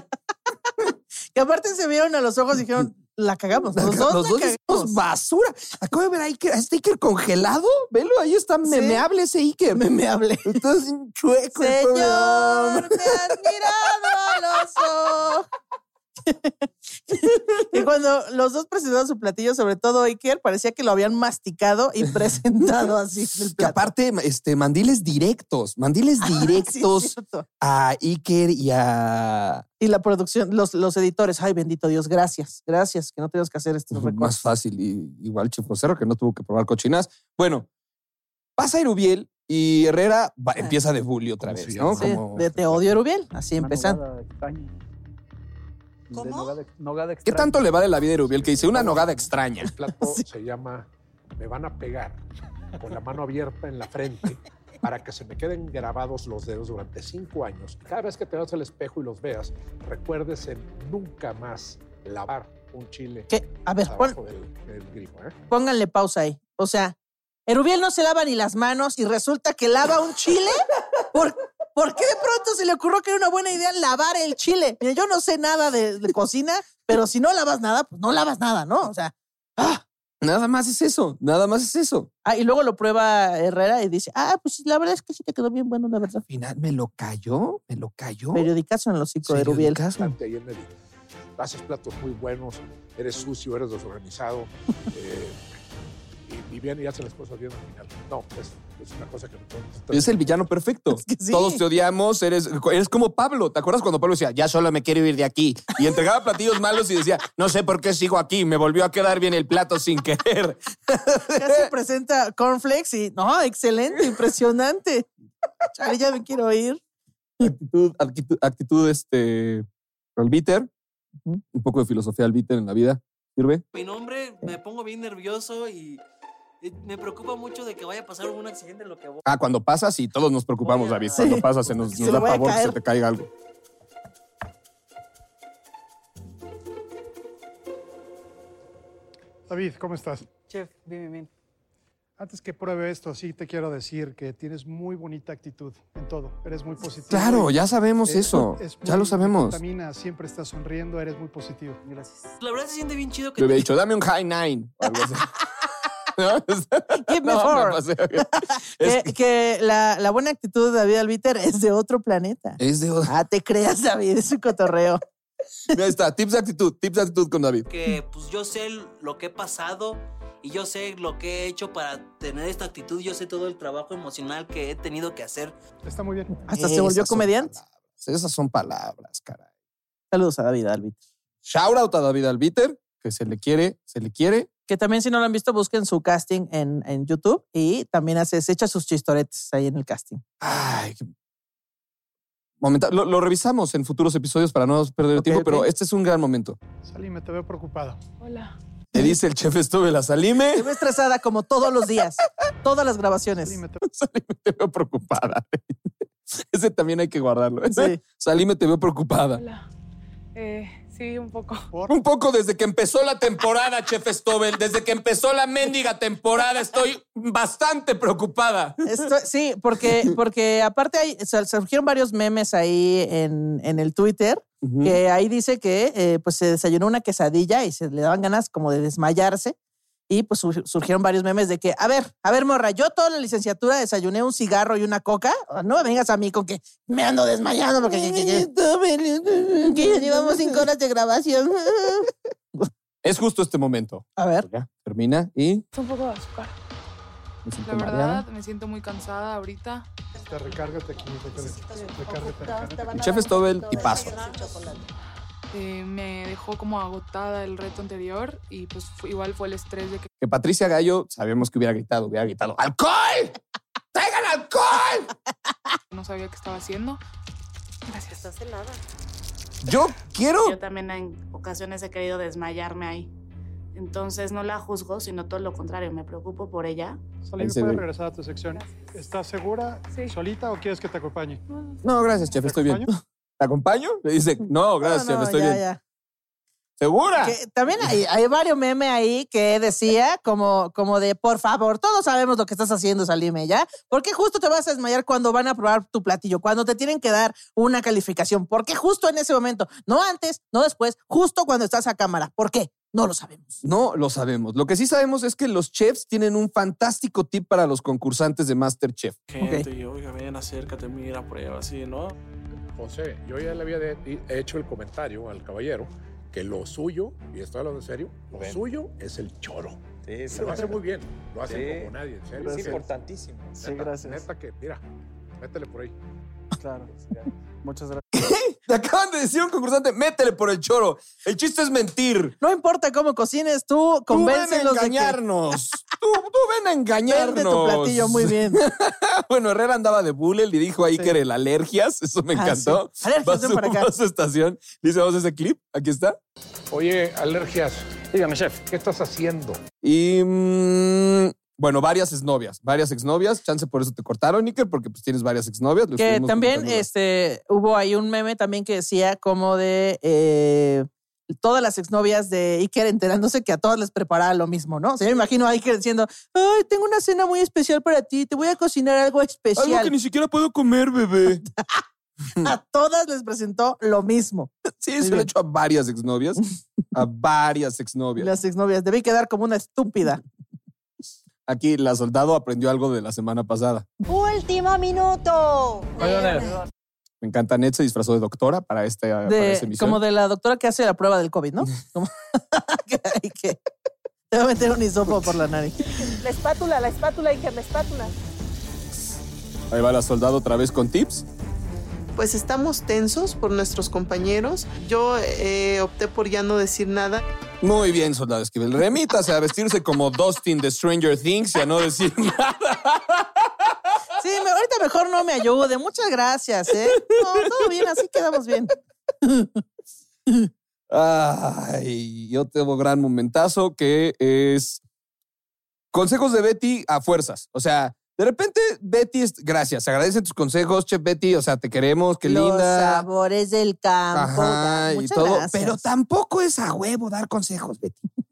C: Que aparte se vieron a los ojos y dijeron, la cagamos. Los dos,
B: Los
C: la
B: dos
C: cagamos".
B: hicimos basura. Acabo de ver a Iker, a este Iker congelado. Velo, ahí está memeable ese Iker.
C: Memeable.
B: Entonces, un chueco. el pobre
C: Señor,
B: hombre.
C: me has mirado a los ojos. Y cuando los dos presentaron su platillo, sobre todo Iker, parecía que lo habían masticado y presentado así. en el
B: Que
C: plato.
B: aparte, este, mandiles directos, mandiles
C: Sí,
B: directos
C: es cierto.
B: a Iker y a...
C: Y la producción, los, los editores, ay, bendito Dios, gracias, gracias, que no tenemos que hacer estos
B: Más
C: recortes.
B: fácil, y- igual Chico Cerro, que no tuvo que probar cochinas. Bueno, pasa Erubiel y Herrera va- empieza de bully otra vez, ¿no?
C: Sí,
B: Como-
C: Ah. de Te odio, Erubiel, así empezando.
D: ¿Cómo?
B: ¿Qué tanto le vale la vida a Erubiel que dice una nogada extraña?
M: plato se llama Me van a pegar con la mano abierta en la frente para que se me queden grabados los dedos durante cinco años. Cada vez que te veas al espejo y los veas, recuerdes en nunca más lavar un chile.
C: ¿Qué? A
B: Ah,
C: ver, pon-
M: abajo del, del grifo, ¿eh?
C: pónganle pausa ahí. O sea, Erubiel no se lava ni las manos y resulta que lava un chile. ¿Por, por qué de pronto se le ocurrió que era una buena idea lavar el chile? Mira, yo no sé nada de, de cocina, pero si no lavas nada, pues no lavas nada, ¿no? O sea,
B: Nada más es eso, nada más es eso.
C: ah, y luego lo prueba Herrera y dice, ah, pues la verdad es que sí te quedó bien bueno, la verdad.
B: Al final me lo cayó, me lo cayó.
C: Periodicazo en el hocico de Erubiel.
B: Mm.
M: Bastante ahí en el- haces platos muy buenos, eres sucio, eres desorganizado. eh, y, y bien y hacen las cosas bien al final. No, es, es una cosa que no podemos.
B: Es el villano perfecto.
M: sí.
B: Todos te odiamos, eres, eres como Pablo. ¿Te acuerdas cuando Pablo decía, ya solo me quiero ir de aquí? Y entregaba platillos malos y decía, no sé por qué sigo aquí, me volvió a quedar bien el plato sin querer.
C: Casi presenta Cornflakes y no, excelente, impresionante. Chale, ya me quiero ir.
B: Actitud, actitud, actitud, este, al bitter. Un poco de filosofía al bitter en la vida. ¿Sirve?
N: Mi nombre, me pongo bien nervioso y eh, me preocupa mucho de que vaya a pasar un accidente en lo que voy.
B: Ah, cuando pasas y todos nos preocupamos, David. Cuando pasas se nos,
N: Se
B: nos
N: le
B: da
N: voy a
B: pavor que se
N: caer.
B: te caiga algo.
J: David, ¿cómo estás?
O: Chef, bien, bien, bien.
J: Antes que pruebe esto, sí te quiero decir que tienes muy bonita actitud en todo. Eres muy positivo.
B: Claro,
J: y-
B: ya sabemos
J: eh,
B: eso.
J: es
B: Ya lo
J: muy-
B: sabemos.
J: Vitamina, siempre estás sonriendo, eres muy positivo. Gracias.
N: La verdad se siente bien chido que
B: Yo hubiera dicho, dame un high nine. o algo así. ¿No?
C: Give me
B: No,
C: four.
B: me pasé.
C: Que, que la, la buena actitud de David Albiter es de otro planeta.
B: Es de otra.
C: Ah, te creas, David, es un cotorreo.
B: Ahí está, tips de actitud, tips de actitud con David.
N: que pues yo sé lo que he pasado y yo sé lo que he hecho para tener esta actitud, yo sé todo el trabajo emocional que he tenido que hacer.
J: Está muy bien.
C: Hasta se volvió
B: Esas son
C: comediante.
B: palabras, Esas son palabras, caray.
C: Saludos a David Albiter.
B: Shout out a David Albiter, que se le quiere, se le quiere.
C: Que también, si no lo han visto, busquen su casting en, en YouTube y también hace, se echa sus chistoretes ahí en el casting.
B: Ay, qué- Momenta- lo, lo revisamos en futuros episodios para no perder el tiempo, pero este es un gran momento.
J: Salime, te veo preocupado.
K: Hola.
B: Te dice el chef estuve la salime.
C: Estuve estresada como todos los días, todas las grabaciones.
B: te veo preocupada. Ese también hay que guardarlo. Salime, te veo preocupada.
K: Eh, sí, un poco.
B: Un poco desde que empezó la temporada, Chef Stobel, desde que empezó la mendiga temporada, estoy bastante preocupada.
C: Esto- sí, porque, porque aparte hay, o sea, surgieron varios memes ahí en, en el Twitter,
B: Ujú.
C: que ahí dice que eh, pues se desayunó una quesadilla y se le daban ganas como de desmayarse. Y pues sur- surgieron varios memes de que, a ver, a ver, morra, yo toda la licenciatura desayuné un cigarro y una coca. ah, No me vengas a mí con que me ando desmayando porque que- que- que- que ya llevamos cinco horas de grabación.
B: Es justo este momento.
C: A ver.
B: termina y
K: Un poco de azúcar.
B: me siento
K: La verdad,
B: mareada.
K: me siento muy cansada ahorita.
J: Te recárgate aquí, recárgate. recárgate, recárgate.
B: Chef Stobel y paso.
K: Eh, me dejó como agotada el reto anterior y pues fu- igual fue el estrés de que
B: Que Patricia Gallo, sabemos que hubiera gritado, hubiera gritado, ¡alcohol! ¡Traigan alcohol!
K: no sabía qué estaba haciendo. Gracias.
P: Estás helada.
B: Yo quiero.
P: Yo también en ocasiones he querido desmayarme ahí. Entonces no la juzgo, sino todo lo contrario, me preocupo por ella.
J: Salime,
B: se
J: ¿puedes
B: ve.
J: regresar a tu sección? ¿Estás segura? ¿Solita o quieres que te acompañe?
B: No, gracias, Chef, estoy bien. ¿Te acompaño? Le dice, no, gracias,
C: No,
B: Chef, estoy
C: ya,
B: bien.
C: ya.
B: ¿Segura?
C: Que también hay, hay varios memes ahí que decía como, como de, por favor, todos sabemos lo que estás haciendo, Salime, ¿ya? Porque justo te vas a desmayar cuando van a probar tu platillo, cuando te tienen que dar una calificación. Porque justo en ese momento, no antes, no después, justo cuando estás a cámara. ¿Por qué? No lo sabemos.
B: No lo sabemos. Lo que sí sabemos es que los chefs tienen un fantástico tip para los concursantes de MasterChef.
O: Gente, y oiga, ven, acércate, mira, prueba, así, ¿no?
M: José, yo ya le había de- he hecho el comentario al caballero que lo suyo, y estoy hablando en serio, lo
E: Ven.
M: suyo es el choro.
E: Sí,
M: Y
E: sí,
M: lo
E: sí.
M: hace muy bien, lo hace
E: Sí.
M: como nadie, en serio.
E: Es
M: Neta,
E: importantísimo.
M: neta, Neta que, mira, métele por ahí.
O: Claro. Muchas gracias.
B: Te acaban de decir a un concursante, métele por el choro. El chiste es mentir.
C: No importa cómo cocines, tú
B: Tú ven a
C: convéncelos de que-
B: engañarnos. tú, tú ven a engañarnos.
C: Vende tu platillo muy bien.
B: bueno, Herrera andaba de bulle y dijo ahí que era el alergias. Eso me
M: Ah,
B: encantó.
M: sí. Alergias,
B: Va a
M: ven
B: su-
M: para acá.
B: va a su estación. Dice, vamos a ese clip. Aquí está.
M: Oye, alergias. Dígame, chef. ¿Qué estás haciendo?
B: Y mm, bueno, varias exnovias, varias exnovias. Chance por eso te cortaron, Iker, porque pues tienes varias exnovias. Lo
C: Que
B: estuvimos
C: también
B: comentando.
C: este, hubo ahí un meme también que decía como de eh, todas las exnovias de Iker enterándose que a todas les preparaba lo mismo, ¿no? O sea, yo me imagino a Iker diciendo, ay, tengo una cena muy especial para ti, te voy a cocinar algo especial.
B: Algo que ni siquiera puedo comer, bebé.
C: a todas les presentó lo mismo.
B: Sí, se lo he hecho a varias exnovias. A varias exnovias.
C: Las exnovias, debí quedar como una estúpida.
B: Aquí la soldado aprendió algo de la semana pasada.
D: Último minuto.
B: Me encanta, Ned se disfrazó de doctora para esta, Ah, para
C: De-
B: esta emisión.
C: como de la doctora que hace la prueba del COVID, ¿no? Como- que- que Te voy a meter un hisopo por la nariz.
Q: La espátula, la espátula, Iker, la espátula.
B: Ahí va la soldado otra vez con tips.
R: Pues estamos tensos por nuestros compañeros. Yo eh, opté por ya no decir nada.
B: Muy bien, soldado Esquivel. Remítase a vestirse como Dustin de Stranger Things y a no decir nada.
C: Sí, me- ahorita mejor no me ayude. Muchas gracias, ¿eh? No, todo bien, así quedamos bien.
B: Ay, yo tengo gran momentazo que es consejos de Betty a fuerzas. O sea, de repente Betty, es- gracias, agradece tus consejos, Chef Betty. O sea, te queremos, qué
C: Los
B: linda.
C: sabores del campo.
B: Ajá, y
C: Muchas
B: todo.
C: gracias.
B: Pero tampoco es a huevo dar consejos, Betty.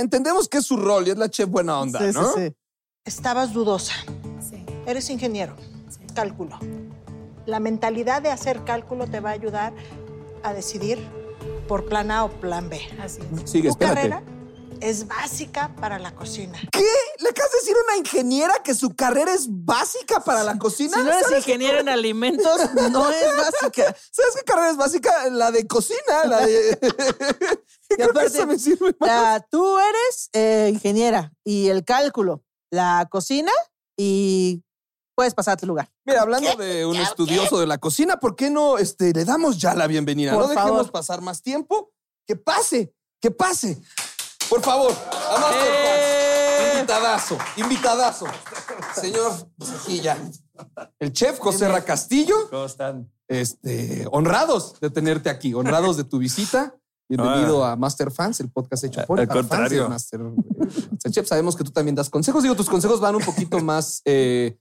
B: Entendemos que es su rol y es la chef buena onda,
Q: Sí, sí,
B: ¿no?
Q: sí. Estabas dudosa. Eres ingeniero. Cálculo. La mentalidad de hacer cálculo te va a ayudar a decidir por plan A o plan B. Así es.
B: Sigue,
Q: tu
B: espérate.
Q: carrera es básica para la cocina.
B: ¿Qué? ¿Le acabas de decir a una ingeniera que su carrera es básica para la cocina?
C: Si no eres
B: ¿Sabes?
C: ingeniero en alimentos, no es básica.
B: ¿Sabes qué carrera es básica? La de cocina, la de...
C: Y aparte,
B: eso me sirve
C: la- tú eres eh, ingeniera y el cálculo, la cocina y puedes pasar a tu lugar.
B: Mira, hablando de un estudioso de la cocina, ¿por qué no este, le damos ya la bienvenida?
C: Por
B: no dejemos
C: favor.
B: pasar más tiempo. Que pase, que pase. Por favor, a
S: ¡Eh!
B: Masterclass. Invitadazo, invitadazo. Señor, pues aquí ya. El chef José Ra Castillo.
S: ¿Cómo están?
B: Este, honrados de tenerte aquí, honrados de tu visita. Bienvenido a Master Fans, el podcast hecho por y
S: Al
B: para fans de
S: contrario.
B: Master, eh, Master Chef. Sabemos que tú también das consejos. Digo, tus consejos van un poquito más eh,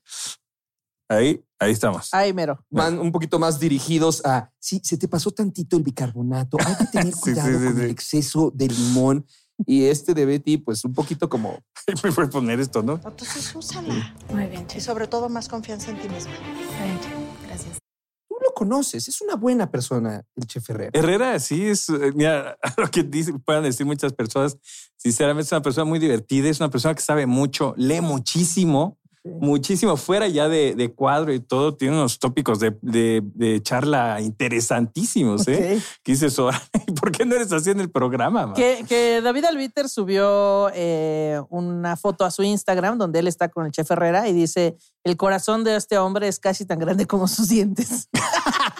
S: Ahí, ahí estamos.
C: Ay, mero.
B: van un poquito más dirigidos a si se te pasó tantito el bicarbonato, hay que tener cuidado
S: sí, sí,
B: con
S: sí.
B: el exceso de limón. Y este de Betty, pues un poquito como.
S: Me voy a poner esto, ¿no?
Q: Entonces úsala. Muy bien, Y sobre todo más confianza en ti misma. Gracias.
B: Tú lo conoces, es una buena persona el chef Herrera.
S: Herrera, sí, es, eh, mira, a lo que dicen, puedan decir muchas personas, sinceramente es una persona muy divertida, es una persona que sabe mucho, lee muchísimo, muchísimo, fuera ya de, de cuadro y todo, tiene unos tópicos de, de- de charla interesantísimos, ¿eh? Que dices, "Órale, ¿por qué no eres así en el programa? ma?"
C: Que, que David Albiter subió eh, una foto a su Instagram donde él está con el chef Herrera y dice: El corazón de este hombre es casi tan grande como sus dientes.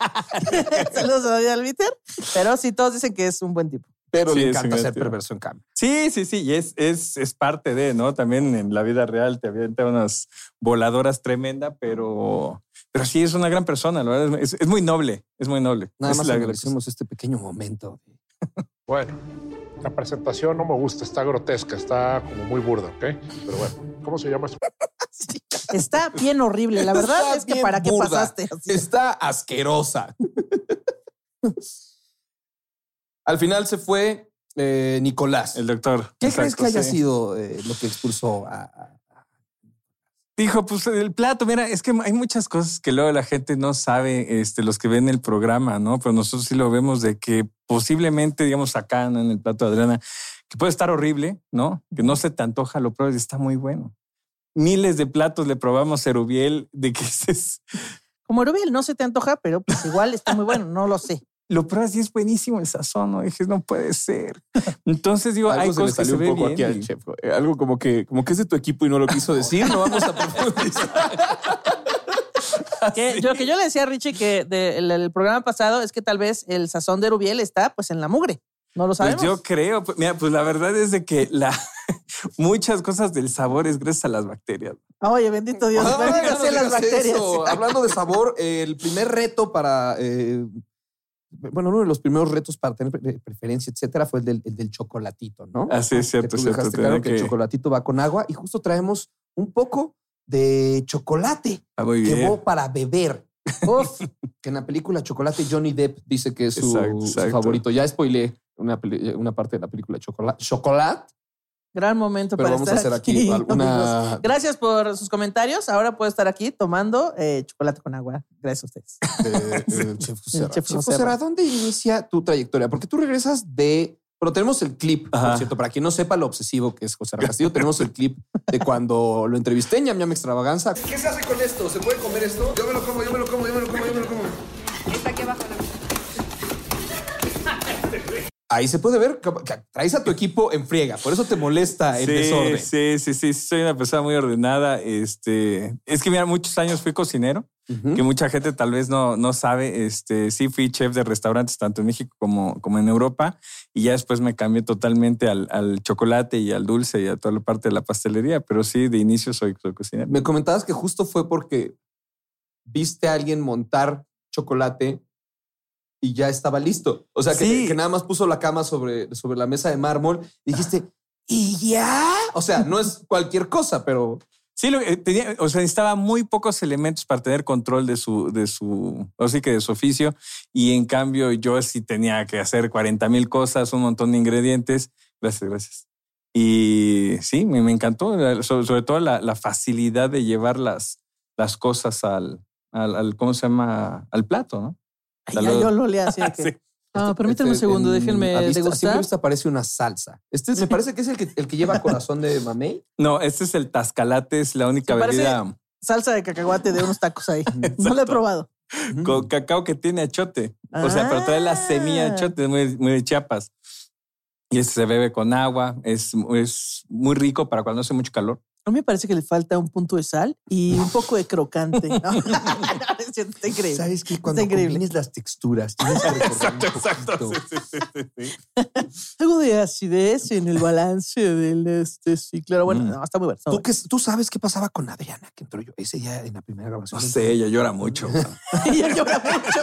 C: Saludos a David Albiter. Pero sí, todos dicen que es un buen tipo.
B: Pero
S: Sí,
B: le
S: es
B: encanta
S: un
B: ser
S: tío.
B: perverso en cambio.
S: Sí, sí, sí, y es, es, es parte de, ¿no? También en la vida real te avienta unas voladoras tremenda, pero, pero sí es una gran persona, la verdad, es, es muy noble, es muy noble.
B: Nada
S: Es
B: más
S: la-
B: agradecemos este pequeño momento.
M: Bueno, la presentación no me gusta, está grotesca, está como muy burda, ¿ok? Pero bueno, ¿cómo se llama?
C: Está bien horrible. La verdad
B: Está
C: es que
B: bien
C: para qué
B: burda.
C: pasaste.
B: Está asquerosa. Al final se fue eh, Nicolás. El
S: doctor.
B: ¿Qué
S: Exacto,
B: crees que haya
S: sí.
B: sido eh, lo que expulsó a- a
S: Dijo, pues el plato, mira, es que hay muchas cosas que luego la gente no sabe, este, los que ven el programa, ¿no? Pero nosotros sí lo vemos de que pues, posiblemente, digamos, acá ¿no? en el plato de Adriana, que puede estar horrible, ¿no? Que no se te antoja, lo pruebas y está muy bueno. Miles de platos le probamos cerubiel de que dices,
C: Como Rubiel no se te antoja, pero pues igual está muy bueno. No lo sé.
S: lo pruebas y es buenísimo el sazón, ¿no? Dije, no puede ser. Entonces digo, hay
B: Algo se le
S: cosas que
B: salió
S: se ve
B: un poco aquí
S: bien.
B: al chef. eh, Algo como que, como que es de tu equipo y no lo quiso decir. No vamos a profundizar.
C: Que Lo que yo le decía a Richie que del el programa pasado es que tal vez el sazón de Rubiel está pues en la mugre. No lo sabemos.
S: Pues yo creo, pues, mira, pues la verdad es de que la, muchas cosas del sabor es gracias a las bacterias.
C: Oye, bendito Dios.
B: Ah,
C: Bueno,
B: ya
C: ya
B: no
C: sé las
B: digas
C: bacterias.
B: eso. Hablando de sabor, eh, el primer reto para. eh, bueno, uno de los primeros retos para tener pre- preferencia, etcétera, fue el del, el del chocolatito, ¿no?
S: Así es
B: Que
S: cierto,
B: tú
S: cierto.
B: dejaste
S: tenía
B: claro que el chocolatito va con agua y justo traemos un poco de chocolate
S: Ah, muy
B: que
S: bien.
B: va para beber. Uf, que en la película Chocolate Johnny Depp dice que es su,
S: Exacto,
B: su
S: exacto.
B: favorito. Ya spoileé una, peli- eh, una parte de la película Chocolate. Chocolate.
C: Gran momento
B: Pero
C: para
B: vamos a
C: estar
B: hacer aquí alguna-
C: amigos. Gracias por sus comentarios. Ahora puedo estar aquí tomando eh, chocolate con agua. Gracias a ustedes.
B: de, eh, Chef José Ra.
C: Chef
B: Chef
C: José
B: José Ra,
C: Ra.
B: ¿dónde inicia tu trayectoria? Porque tú regresas de. Pero tenemos el clip, por cierto, para quien no sepa lo obsesivo que es José Ra Castillo, tenemos el clip de cuando lo entrevisté en Yam Yam Extravaganza.
J: ¿Qué se hace con esto? ¿Se puede comer esto? Yo me lo como, yo me lo como, yo me lo como, yo me lo como.
G: Está aquí abajo.
B: ahí se puede ver que que traes a tu equipo en friega. Por eso te molesta el
S: sí,
B: desorden.
S: Sí, sí, sí, sí, soy una persona muy ordenada. Este, es que mira, muchos años fui cocinero, que mucha gente tal vez no, no sabe. Este, sí fui chef de restaurantes tanto en México como, como en Europa y ya después me cambié totalmente al, al chocolate y al dulce y a toda la parte de la pastelería, pero sí, de inicio soy, soy cocinero.
B: Me comentabas que justo fue porque viste a alguien montar chocolate y ya estaba listo. O sea, que, que nada más puso la cama sobre, sobre la mesa de mármol y dijiste, ¿y ya? O sea, no es cualquier cosa, pero...
S: Sí, lo, eh, tenía, o sea, necesitaba muy pocos elementos para tener control de su, de su, así que de su oficio. Y en cambio, yo sí tenía que hacer 40 mil cosas, un montón de ingredientes. Gracias, gracias. Y sí, me, me encantó, la- sobre, sobre todo la, la facilidad de llevar las, las cosas al, al, al- ¿cómo se llama? Al plato, ¿no?
C: Ya
S: Salud.
C: yo lo olía así de que.
S: Sí.
C: Ah, permítanme un segundo,
B: este, en-
C: déjenme
B: a vista- a simple
C: degustar.
B: vista parece una salsa. Este me parece que es el que, el que lleva corazón de mamey.
S: No, este es el tascalate, es la única
C: Sí, parece-
S: bebida
C: Salsa de cacahuate de unos tacos ahí. no lo he probado.
S: con cacao que tiene achote. O sea, pero trae la semilla de achote, es muy, muy de Chiapas. Y este se bebe con agua, es, es muy rico para cuando hace mucho calor.
C: A mí me parece que le falta un punto de sal y un poco de crocante. No, No, es cierto, está increíble.
B: Sabes que cuando
C: increíble.
B: combines las texturas, tienes que recorrer un poquito.
C: Algo de acidez en el balance del este, sí, claro. Bueno, no, está muy bueno.
B: Mm. ¿Tú, qué- tú sabes qué pasaba con Adriana, que entró yo. Ese ya en la primera grabación.
S: No sé, ella llora mucho.
C: ella llora mucho.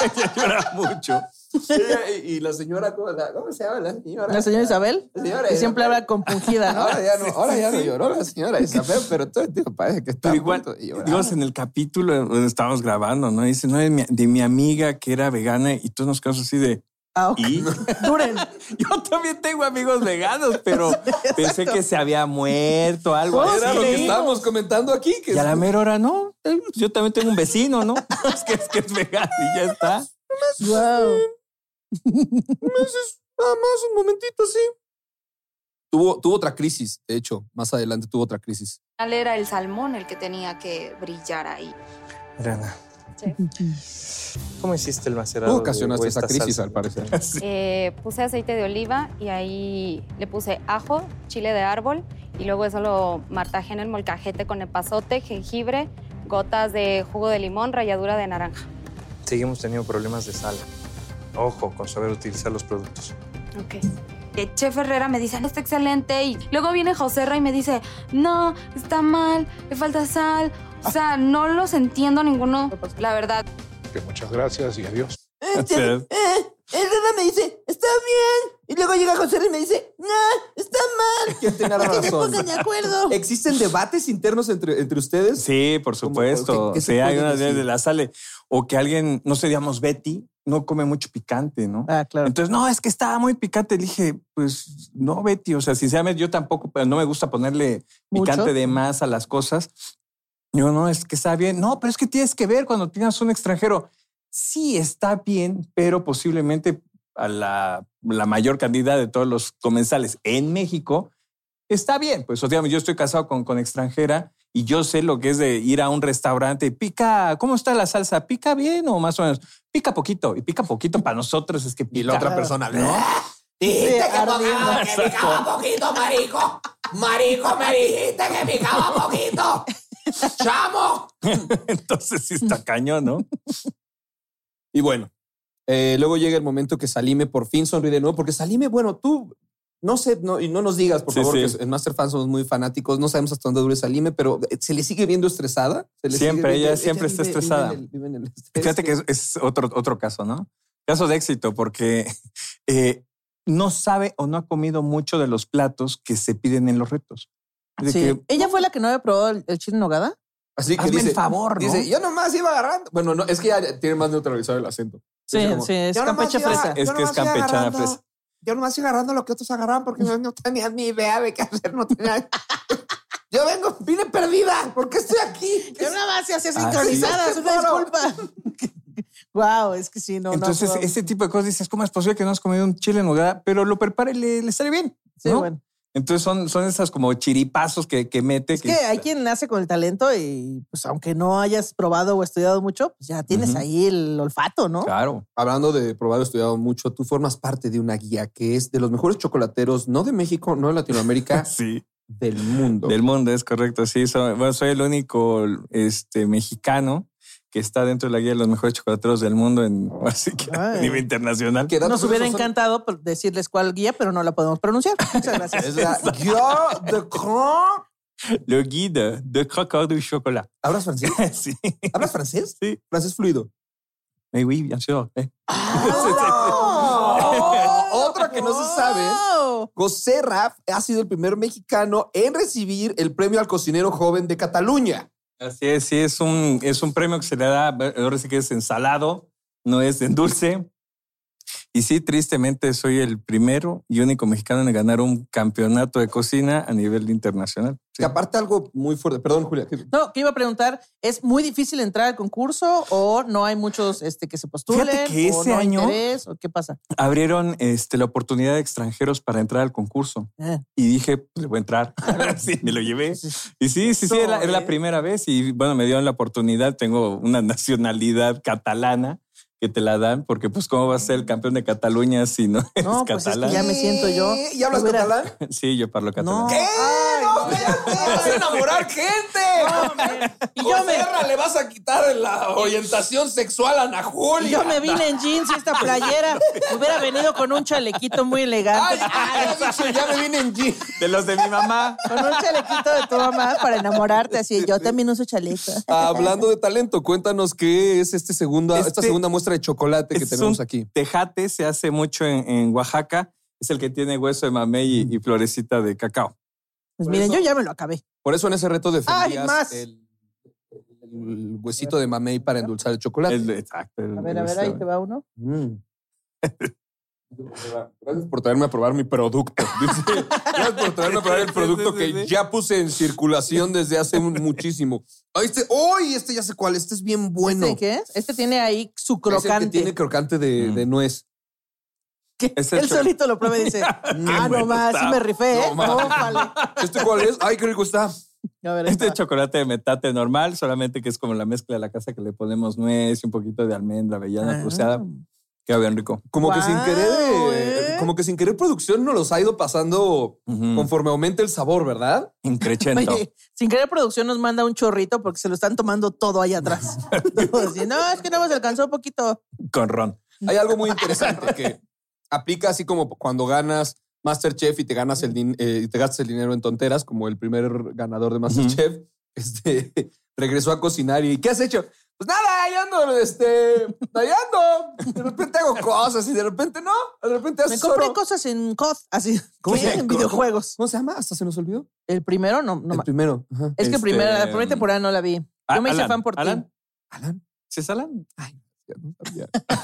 S: ella llora mucho.
B: Ella y, y la señora, ¿cómo, la- cómo se llama la señora?
C: La señora Isabel,
B: La señora
C: que
B: Isabel.
C: siempre habla compungida, ¿no?
B: Ahora ya no, ahora ya no lloró la señora Isabel, pero todo el tiempo parece que está
S: Pero
B: a
S: igual,
B: punto de llorar.
S: Dios, en el capítulo donde estábamos grabando, ¿no? Dice, no, de mi, de mi amiga que era vegana y todos nos quedamos así de... ¿Y?
C: Ah, Duren.
S: Yo también tengo amigos veganos, pero pensé que se había muerto, algo
C: Oh,
S: así.
B: Era lo que estábamos comentando aquí. Que
S: Y a la mera hora, no. eh, Yo también tengo un vecino, ¿no? Es que es, que es vegano y ya está.
C: Wow.
B: meses, nada Ah, más un momentito así. Tuvo, tuvo otra crisis, de hecho, más adelante tuvo otra crisis.
H: final era el salmón el que tenía que brillar ahí.
T: Adriana. ¿Cómo hiciste el macerado?
B: Tú
T: de-
B: ocasionaste
T: o
B: esa
T: esta
B: crisis,
T: salsa?
B: al parecer.
U: Eh, puse aceite de oliva y ahí le puse ajo, chile de árbol y luego eso lo martajé en el molcajete con epazote, jengibre, gotas de jugo de limón, ralladura de naranja.
T: Seguimos teniendo problemas de sal. Ojo con saber utilizar los productos.
H: Ok. El chef Herrera me dice, "No, está excelente. Y luego viene José Rey y me dice, no, está mal, le falta sal. O sea, no los entiendo ninguno, la verdad.
M: Que muchas gracias y adiós.
V: Herrera Eh, me dice, está bien. Y luego llega José Luis y me dice, no, está mal.
B: ¿Quién tenga
V: Que se
B: razón?
V: pongan de acuerdo.
B: ¿Existen debates internos entre, entre ustedes?
S: Sí, por supuesto.
B: ¿Qué- qué se
S: sí, hay
B: puede
S: unas
B: decir?
S: veces de la sale. O que alguien, no sé, digamos, Betty, no come mucho picante, ¿no?
C: Ah, claro.
S: Entonces, no, es que estaba muy picante. Le dije, pues no, Betty. O sea, sinceramente, yo tampoco, pero no me gusta ponerle
C: Mucho.
S: picante de más a las cosas. Yo no, es que está bien. No, pero es que tienes que ver cuando tienes un extranjero. Sí, está bien, pero posiblemente a la, la mayor cantidad de todos los comensales en México está bien. Pues, o sea, yo estoy casado con, con extranjera y yo sé lo que es de ir a un restaurante y pica, ¿cómo está la salsa? ¿Pica bien o más o menos? Pica poquito y pica poquito para nosotros es que pica. Y la
B: otra persona,
S: ¿no?
V: Dijiste que
S: ardiendo.
V: picaba, que picaba
S: Exacto.
V: poquito, marico. Marico, me dijiste que picaba poquito. ¡Chamo!
S: Entonces sí está cañón, ¿no?
B: Y bueno, eh, luego llega el momento que Salime por fin sonríe de nuevo, porque Salime, bueno, tú no sé, no, y no nos digas, por
S: Sí,
B: favor,
S: sí.
B: que en Master Fan somos muy fanáticos, no sabemos hasta dónde dure Salime, pero eh, se le sigue viendo estresada. ¿Se le sigue
S: Siempre,
B: viendo-
S: ella siempre está
B: vive- vive
S: estresada.
B: en el- vive en el estrés.
S: Fíjate que es, es otro, otro caso, ¿no? Caso de éxito, porque eh, no sabe o no ha comido mucho de los platos que se piden en los retos. De
C: Sí.
S: que,
C: ¿Ella fue la que no había probado el, el chile en nogada?
B: Así que
S: hazme el
B: dice,
S: favor, ¿no?
B: dice, yo nomás iba agarrando. Bueno, no, es que ya tiene más neutralizado el acento.
C: Sí, sí, es
B: "Yo nomás
C: campeche
B: iba-
C: fresa".
B: yo
S: Es que es
B: nomás iba
S: campechana
B: agarrando-
S: fresa.
B: Yo nomás iba agarrando lo que otros agarraban porque no, no tenían ni idea de qué hacer, no tenían. Yo vengo, vine perdida, ¿por qué estoy aquí?
C: Yo nada más se hacía
S: Así
C: sincronizadas,
B: es.
C: una disculpa. wow, es que sí, no, no,
S: entonces,
C: no.
S: ese tipo de cosas dices, ¿cómo es posible que no has comido un chile en nogada? Pero lo prepara y le, le sale bien.
C: Sí,
S: ¿no?
C: bueno.
S: Entonces son, son esas como chiripazos que, que mete.
C: Es que hay quien nace con el talento y pues aunque no hayas probado o estudiado mucho, pues ya tienes
B: Ujú.
C: ahí el olfato, ¿no?
S: Claro.
B: Hablando de probado, estudiado mucho, tú formas parte de una guía que es de los mejores chocolateros, no de México, no de Latinoamérica,
S: sí.
B: del mundo.
S: Del mundo, es correcto. Sí, soy, bueno, soy el único este, mexicano que está dentro de la guía de los mejores chocolateros del mundo en, así que, a nivel internacional.
C: Nos hubiera encantado por decirles cuál guía, pero no la podemos pronunciar. Muchas gracias.
B: Es la guía de Croc.
S: Le guide de Crocodile du Chocolat.
B: ¿Hablas francés?
S: sí.
B: ¿Hablas francés?
S: Sí.
B: ¿Francés fluido?
S: Eh, oui, bien sûr. eh.
B: ¡Oh! Otra que no se sabe. José Raf ha sido el primer mexicano en recibir el premio al cocinero joven de Cataluña.
S: Así es, sí, es un, es un premio que se le da, ahora sí que es ensalado, no es en dulce. Y sí, tristemente soy el primero y único mexicano en ganar un campeonato de cocina a nivel internacional.
B: Que aparte algo muy fuerte, perdón Julia, que-
C: No, que iba a preguntar, ¿es muy difícil entrar al concurso o no hay muchos este, que se postulen?
S: Fíjate que
C: o
S: ese
C: no hay
S: año-
C: interés, ¿O qué pasa?
S: Abrieron este, la oportunidad de extranjeros para entrar al concurso.
C: Ah.
S: Y dije, pues le voy a entrar. sí, me lo llevé. Y sí, sí, sí, es la, es
C: eh.
S: la primera vez. Y bueno, me dieron la oportunidad. Tengo una nacionalidad catalana que te la dan, porque pues cómo va a ser el campeón de Cataluña si no
C: Mm.
S: es
C: No, pues es
S: catalán.
C: que ya me siento yo.
B: ¿Y hablas
C: Hubiera-
B: catalán?
S: Sí, yo parlo catalán.
B: ¿Qué? ¡No, espérate! ¡Vas a enamorar gente!
C: Y
B: Con
C: yo me-
B: Serra le vas a quitar la orientación sexual a Ana Julia.
C: Yo me vine en jeans y esta playera. Hubiera venido con un chalequito muy elegante.
B: ya me vine en jeans.
S: De los de mi mamá.
C: Con un chalequito de tu mamá para enamorarte. Así, yo también uso chaleco.
B: Hablando de talento, cuéntanos qué es este segunda, esta
S: Este-
B: segunda muestra de chocolate que
S: es
B: tenemos
S: un
B: aquí.
S: Tejate se hace mucho en, en Oaxaca. Es el que tiene hueso de mamey y, y florecita de cacao.
C: Pues miren, yo ya me lo acabé.
B: Por eso en ese reto
C: Ay,
B: defendías
C: más.
B: el, el huesito de mamey para endulzar el chocolate.
M: este,
B: Mm.
S: exacto.
C: A ver, este, a ver,
S: Este,
C: ahí te va uno.
B: Gracias por traerme a probar mi producto. Dice, Gracias por traerme a probar el producto que ya puse en circulación desde hace un- muchísimo. Ay, este, ¡Uy! este ya sé cuál. Este es bien bueno.
C: ¿Este qué es? Este tiene ahí su
B: Es el que
C: crocante.
B: tiene crocante de, de nuez.
S: Es
C: Él solito lo prueba y dice, ah, no más, sí me rifé, ¿eh?
B: No más.
C: Ópale.
B: ¿Este cuál es? Ay, qué rico está.
C: A ver,
S: Este es chocolate de metate normal, solamente que es como la mezcla de la casa que le ponemos nuez y un poquito de almendra, avellana,
B: Ah.
S: cruzada. Queda bien rico.
B: Como que sin querer, eh, como que sin querer producción nos los ha ido pasando
C: Mm.
B: conforme aumenta el sabor, ¿verdad?
S: Increchento.
C: Oye, sin querer producción nos manda un chorrito porque se lo están tomando todo ahí atrás. Todos dicen, no, es que no nos alcanzó poquito.
S: Con ron.
B: Hay algo muy interesante que aplica así como cuando ganas Masterchef y te ganas el din- eh, y te gastas el dinero en tonteras, como el primer ganador de Masterchef, este regresó a cocinar y ¿qué has hecho? Pues nada, ahí ando, este, ahí ando. De repente hago cosas y de repente no, de repente
C: Me
B: haces
C: compré
B: oro.
C: cosas en COD, así.
B: ¿Cómo
C: ¿Qué?
B: se-
C: En
B: cómo-
C: videojuegos.
B: ¿Cómo se llama? ¿Hasta se nos olvidó?
C: El primero, no. no
B: El
C: ma-
B: primero. ajá.
C: es que
B: Este,
C: primera, la primera temporada no la vi. Yo me hice
B: Alan,
C: fan por ti.
B: Alan.
S: Ah, ¿Sí es Alan?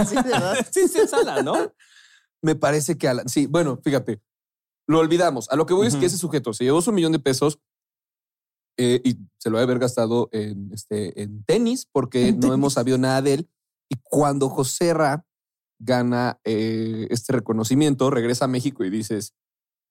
C: Sí, de verdad.
S: Sí, sí es Alan, ¿no?
B: Me parece que Alan. Sí, bueno, fíjate. Lo olvidamos. A lo que voy es que ese sujeto se llevó su millón de pesos eh, y se lo va a haber gastado en, este, en tenis porque no hemos sabido nada de él. Y cuando José Ra gana eh, este reconocimiento, regresa a México y dices,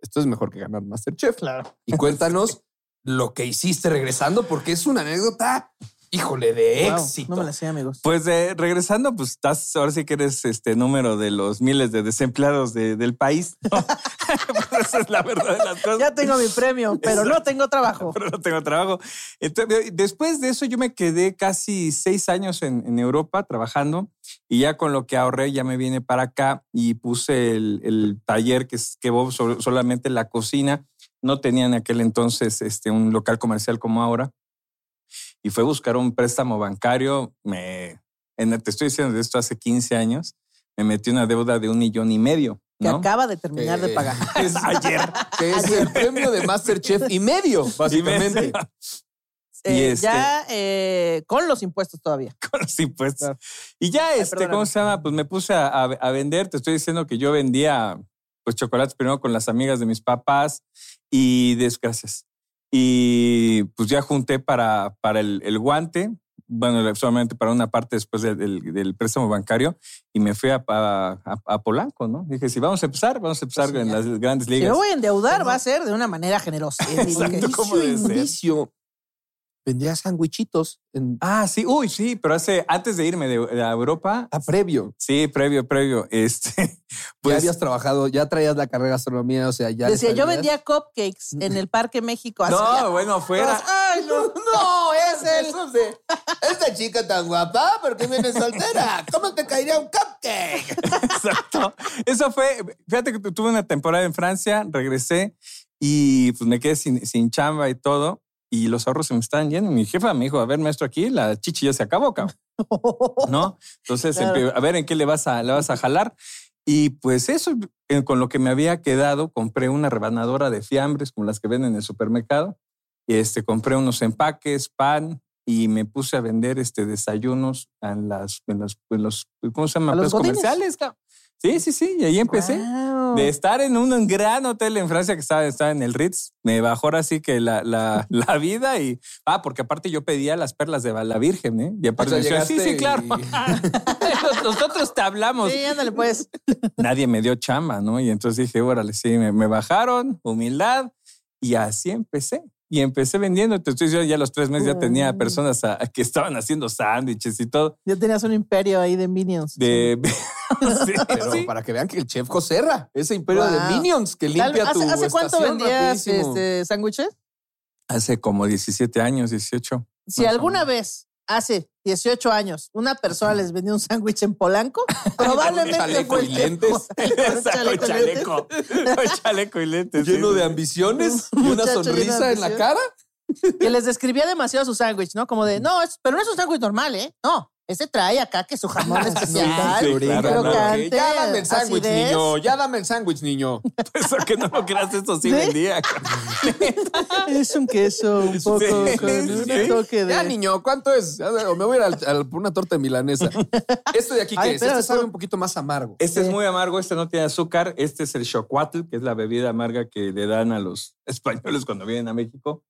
B: esto es mejor que ganar Masterchef.
C: Claro.
B: Y cuéntanos lo que hiciste regresando porque es una anécdota, híjole, de
C: Wow,
B: éxito.
C: No me la sé, amigos.
S: Pues eh, regresando, pues estás, ahora sí que eres este número de los miles de desempleados de- del país. ¿no? Pues esa es la verdad de las cosas.
C: Ya tengo mi premio, pero no tengo trabajo.
S: pero no tengo trabajo. Entonces, después de eso, yo me quedé casi seis años en, en Europa trabajando y ya con lo que ahorré, ya me vine para acá y puse el, el taller que es que Bob sol- solamente la cocina. No tenía en aquel entonces este, un local comercial como ahora. Y fue buscar un préstamo bancario. Me, en, te estoy diciendo de esto hace 15 años. Me metí una deuda de un millón y medio.
C: Que
S: ¿no?
C: acaba de terminar
B: Eh,
C: de pagar.
S: Es ayer.
B: Que es el premio de Masterchef y medio, básicamente.
S: Y
C: Eh,
S: este-
C: Ya eh, con los impuestos todavía.
S: con los impuestos. pues. Y ya, este,
C: perdóname.
S: ¿cómo se llama? Pues me puse a, a- a vender. Te estoy diciendo que yo vendía pues chocolates primero con las amigas de mis papás y desgracias. Y pues ya junté para, para el, el guante bueno, la- solamente para una parte después del, del- del préstamo bancario y me fui a, a- a- a Polanco, ¿no? Dije, si vamos a empezar, vamos a
C: Pues
S: empezar en las grandes
C: Si me
S: ligas.
C: voy a endeudar, va a ser de una manera generosa.
S: Exacto, ¿cómo debe ser?
B: Inicio. Vendía sandwichitos. En...
S: Ah, sí, uy, sí, pero hace, antes de irme de, de Europa.
B: Ah, previo.
S: Sí, previo, previo. Este,
B: ya habías trabajado, ya traías la carrera de gastronomía, o sea, ya. le
C: Pues Decía, yo
B: sabías.
C: vendía cupcakes en el Parque México. así
B: No,
C: ya.
S: bueno, fuera.
C: Ay, no, no, es el...
V: Esta chica tan guapa, ¿por qué viene soltera? ¿Cómo te caería un cupcake?
S: Exacto. Eso fue, fíjate que tu- tuve una temporada en Francia, regresé y pues me quedé sin, sin chamba y todo. Y los ahorros se me estaban yendo. Y Mi jefa me dijo, a ver, maestro, aquí la chichi ya se acabó, cabrón. ¿No? Entonces,
T: Claro.
S: empe- a ver, ¿en qué le vas a, le vas a jalar? Y pues eso, eh, con lo que me había quedado, compré una rebanadora de fiambres, como las que venden en el supermercado. Y este, compré unos empaques, pan, y me puse a vender este, desayunos en las, en las, en los, ¿cómo se llama?
C: A los
B: pues,
S: Plazas
C: godines.
S: comerciales, cabrón. Sí, sí, sí. Y ahí empecé. De estar en un gran hotel en Francia que estaba, estaba en el Ritz, me bajó ahora sí que la, la, la vida y. Ah, porque aparte yo pedía las perlas de la Virgen, ¿eh? Y aparte
B: O sea,
S: me decían, sí,
B: llegaste
S: sí, claro. Nos- Nosotros te hablamos.
C: Sí, ándale, pues.
S: Nadie me dio chamba, ¿no? Y entonces dije, órale, sí, me, me bajaron, humildad, y así empecé. Y empecé vendiendo. Te estoy diciendo, ya a los tres meses ya tenía personas a- que estaban haciendo sándwiches y todo.
C: Ya tenías un imperio ahí de Minions.
S: De,
B: Pero para que vean que el chef Joserra, ese imperio
C: Wow.
B: de Minions que
C: Tal-
B: limpia tu
C: ¿Hace, hace cuánto
B: estación
C: vendías
B: rapidísimo.
C: este, sándwiches?
S: Hace como 17 años, 18.
C: Si alguna vez, hace 18 años, una persona les vendió un sándwich en Polanco, probablemente
S: chaleco
C: fue
S: y
C: el
S: lentes.
C: Con
S: Exacto,
C: chaleco y
S: chaleco. Con chaleco y lentes.
B: Lleno de
S: ambiciones
B: y una
C: muchacho lleno de
B: sonrisa en la
C: ambición.
B: cara.
C: que les describía demasiado su sándwich, ¿no? Como de, no, es- pero no es un sándwich normal, ¿eh? No, este trae acá que su jamón especial,
B: Sí, claro, claro.
C: crocante,
B: Ya dame el sándwich,
C: acidez.
B: niño. Ya dame el sándwich, niño.
S: Eso que no lo creas, esto sí
C: ¿Sí?
S: vendía.
C: Es un queso un poco con un toque de...
B: Ya, niño, ¿cuánto es? Ya, O me voy a ir al- al- por una torta de milanesa. Este de aquí que
S: Ay,
B: es,
S: espera,
B: este sabe
S: espera.
B: un poquito más amargo.
S: Este es muy amargo, este no tiene azúcar. Este es el chocuatl, que es la bebida amarga que le dan a los españoles cuando vienen a México.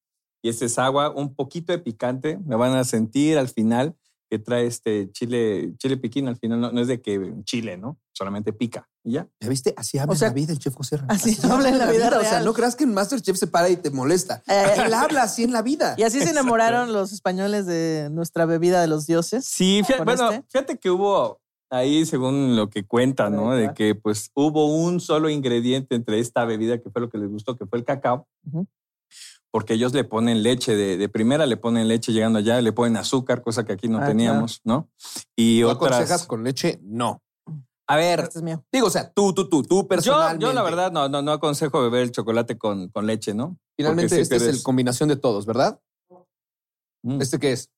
S: Y este es agua, un poquito de picante. Me van a sentir al final que trae este chile, chile piquín. Al final no, no es de que un chile, ¿no? Solamente pica. ¿Y ya?
B: ¿Ya viste? Así habla en la vida el chef José Ramón.
C: Así habla en la vida
B: O sea,
C: real.
B: no creas que en Masterchef se para y te molesta.
C: Eh,
B: Él habla así en la vida.
C: Y así se enamoraron los españoles de nuestra bebida de los dioses.
B: Ah,
S: Sí, fíjate,
C: Con
S: bueno,
C: este.
S: fíjate que hubo ahí, según lo que cuentan, ¿no? De que pues hubo un solo ingrediente entre esta bebida que fue lo que les gustó, que fue el cacao.
C: Ujú.
S: Porque ellos le ponen leche, de, de primera le ponen leche llegando allá, le ponen azúcar, cosa que aquí no
B: Ah,
S: teníamos, ¿no? Y
B: ¿Lo aconsejas
S: otras.
B: con leche? No.
S: A ver.
C: Este es mío.
B: Digo, o sea, tú, tú, tú, tú
S: Yo,
B: personalmente.
S: yo la verdad no, no, no aconsejo beber el chocolate con, con leche, ¿no?
B: Finalmente,
S: Porque si
B: este es
S: quieres-
B: el combinación de todos, ¿verdad?
S: Mm.
B: ¿Este qué es?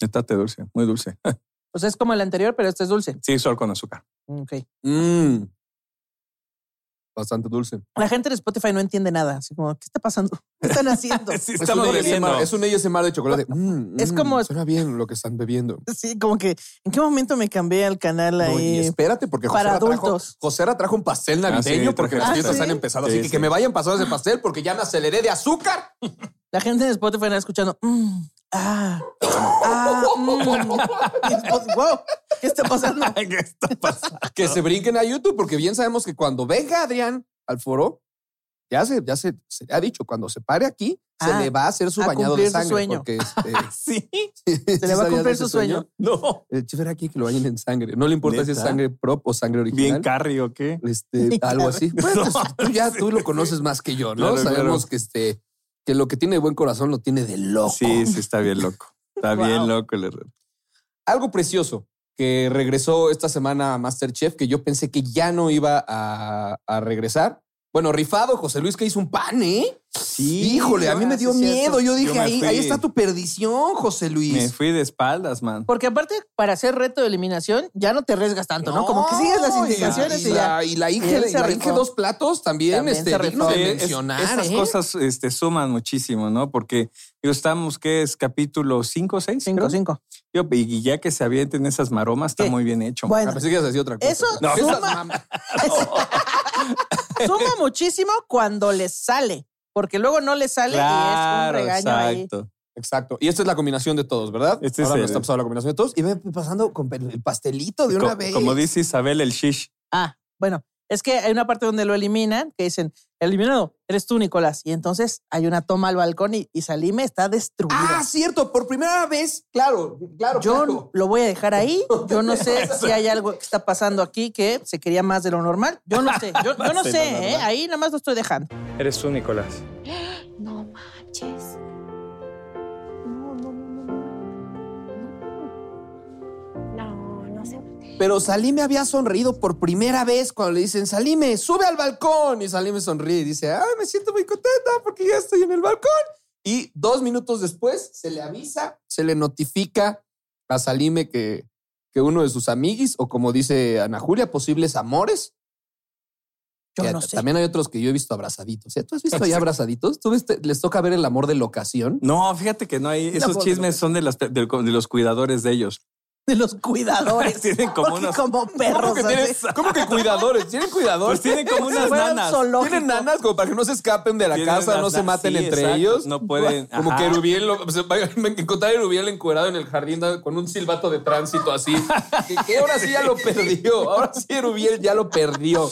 S: Está te dulce, muy dulce.
C: O sea, es como el anterior, pero este es dulce.
S: Sí, sol con azúcar.
C: Ok.
B: Mm. Bastante dulce.
C: La gente de Spotify no entiende nada. Así como, ¿qué está pasando? ¿Qué están haciendo?
S: estamos
B: es un
S: bebiendo.
B: ASMR, Es un ASMR de chocolate. Mm,
C: Es
B: mm,
C: como-
B: Suena bien lo que están bebiendo.
C: Sí, como que, ¿en qué momento me cambié al canal
B: No, y
C: ahí?
B: espérate, porque José
C: para
B: trajo,
C: adultos.
B: Josera trajo un pastel navideño
S: Ah, sí,
B: porque las
S: traje
B: fiestas
S: pastel.
B: han empezado.
S: Sí,
B: así que
S: sí.
B: que me vayan pasando ese pastel porque ya me aceleré de azúcar.
C: La gente de Spotify está escuchando, "Mm, ah, ah, mm". Y después, wow, ¿qué está pasando?
B: Que se brinquen a YouTube porque bien sabemos que cuando venga Adrián al foro, ya se, ya se, se le ha dicho, cuando se pare aquí, se
C: Ah,
B: le va a hacer su
C: a
B: bañado
C: cumplir
B: de
C: su
B: sangre.
C: sueño. Ah,
B: Porque, este,
S: Sí.
C: Se le va a
B: ¿sí sabías de
C: cumplir
B: ese
C: su sueño.
S: No.
B: El chef era aquí que lo bañen en sangre. No le importa si es
S: ¿Neta?
B: sangre prop o sangre original.
S: Bien carry o qué.
B: este, algo así.
S: Claro.
B: Bueno, pues, tú ya tú lo conoces más que yo, ¿no?
S: Claro,
B: Sabemos
S: claro.
B: que este que lo que tiene buen corazón lo tiene de loco.
S: Sí, sí, está bien loco. Está bien loco el error.
B: Algo precioso que regresó esta semana a MasterChef que yo pensé que ya no iba a, a regresar. Bueno, rifado José Luis que hizo un pan, ¿eh?
S: Sí.
B: Híjole, a mí me dio
C: sí, cierto.
B: miedo. Yo
S: Yo
B: dije,
S: me
B: ahí,
S: fui.
B: ahí está tu perdición, José Luis.
S: Me fui de espaldas, man.
C: Porque aparte, para hacer reto de eliminación, ya no te arriesgas tanto, ¿no? Como que sigues las
B: No, y-
C: indicaciones y,
B: y
C: ya.
B: la, y la
C: Y
B: Inge,
C: él
B: y
C: se
B: la
C: rifó.
B: Inge dos platos también,
C: También
B: este,
C: se
B: digno de
C: rifó.
S: Sí, es-
B: mencionar.
S: Estas
B: ¿eh?
S: cosas este, suman muchísimo, ¿no? Porque digo, estamos, ¿qué es? Capítulo 5 o 6?
C: 5, 5.
S: Y y ya que se avienten esas maromas, está muy bien hecho.
C: Bueno.
B: Ah, pensé que ibas a decir otra cosa.
C: Eso
S: No, esas
C: suma, suma muchísimo cuando les sale, porque luego no les sale y es un regaño ahí.
S: exacto.
B: Exacto. Y esta es la combinación de todos, ¿verdad?
S: Este es
B: Ahora
S: el-
B: no estamos hablando de la combinación de todos. Y ve pasando con pel- el pastelito de una
S: Co-
B: vez.
S: Como dice Isabel, el shish.
C: Ah, bueno, es que hay una parte donde lo eliminan, que dicen, eliminado, eres tú, Nicolás. Y entonces hay una toma al balcón y, y Salime está destruida.
B: Ah, cierto, por primera vez, claro, claro.
C: Yo
B: claro.
C: lo voy a dejar ahí. Yo no sé si hay algo que está pasando aquí que se quería más de lo normal. Yo no sé. Yo, yo no
E: Más de lo
C: sé, ¿eh?
E: normal.
C: Ahí nada más lo estoy dejando.
E: Eres tú, Nicolás.
H: No manches.
V: No, no sé.
B: Pero Salime había sonreído por primera vez cuando le dicen, Salime, sube al balcón. Y Salime sonríe y dice, ay, me siento muy contenta porque ya estoy en el balcón. Y dos minutos después se le avisa, se le notifica a Salime que, que uno de sus amiguis, o como dice Ana Julia, posibles amores. Que También hay otros que yo he visto abrazaditos. ¿eh? ¿Tú has visto ahí abrazaditos? ¿Tú viste- les toca ver el amor de locación?
S: No, fíjate que no hay. Esos
B: puedo
S: chismes son de, las- del- de los cuidadores de ellos.
C: De los cuidadores.
S: Tienen como
C: Porque
S: unos-
C: como perros.
B: ¿Cómo que,
C: así.
B: tienes- cómo que cuidadores? ¿Tienen
S: Pues
B: cuidadores?
S: tienen como unas
B: Fueron
S: nanas.
B: zoológicos. Tienen nanas como para que no se escapen de la
S: Tienen
B: casa,
S: unas
B: no se
S: nanas,
B: maten
S: sí,
B: entre
S: exacto,
B: ellos.
S: no pueden,
B: Como
S: ajá.
B: que Erubiel, lo- se va- me encontré a Erubiel encuerado en el jardín da- con un silbato de tránsito así. que, que ahora sí ya lo perdió. Ahora sí Erubiel ya lo perdió.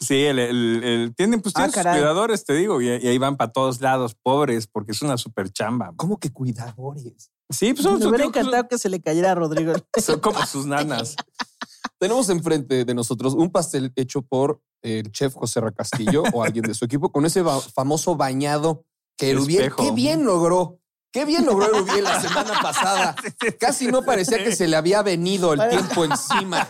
S: Sí, el, el- el- tienen pues
B: Ah,
S: tienen sus
B: caray.
S: cuidadores, te digo, y, y ahí van para todos lados, pobres, porque es una super chamba.
B: ¿Cómo que cuidadores?
S: Sí, pues son,
C: Me
S: son-
C: hubiera
S: digo que son-
C: encantado que se le cayera a Rodrigo.
S: son como sus nanas.
B: Tenemos enfrente de nosotros un pastel hecho por el chef José Ra Castillo o alguien de su equipo con ese ba- famoso bañado que Erubiel,
S: Espejo.
B: qué bien logró. Qué bien logró Erubiel la semana pasada. Casi no parecía que se le había venido el tiempo encima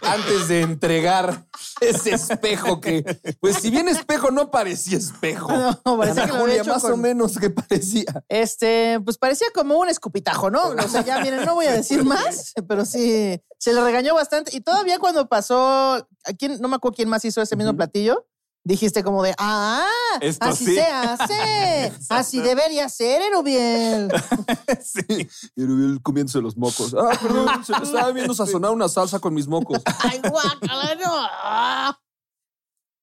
B: antes de entregar ese espejo que, pues si bien espejo no parecía espejo.
C: No, parecía
B: Ana
C: que lo había
B: Julia,
C: hecho
B: más o
C: con-
B: menos que parecía.
C: Este, pues parecía como un escupitajo, ¿no? O sea, ya miren, no voy a decir más, pero sí, se le regañó bastante. Y todavía cuando pasó, ¿a quién? No me acuerdo quién más hizo ese mismo platillo. Dijiste como de, ah,
S: Esto
C: así
S: sí.
C: se hace, así debería ser, Erubiel.
B: Erubiel comiéndose los mocos. Ah, perdón, se me estaba viendo sazonar una salsa con mis mocos.
C: Ay, guácala, no. Ah.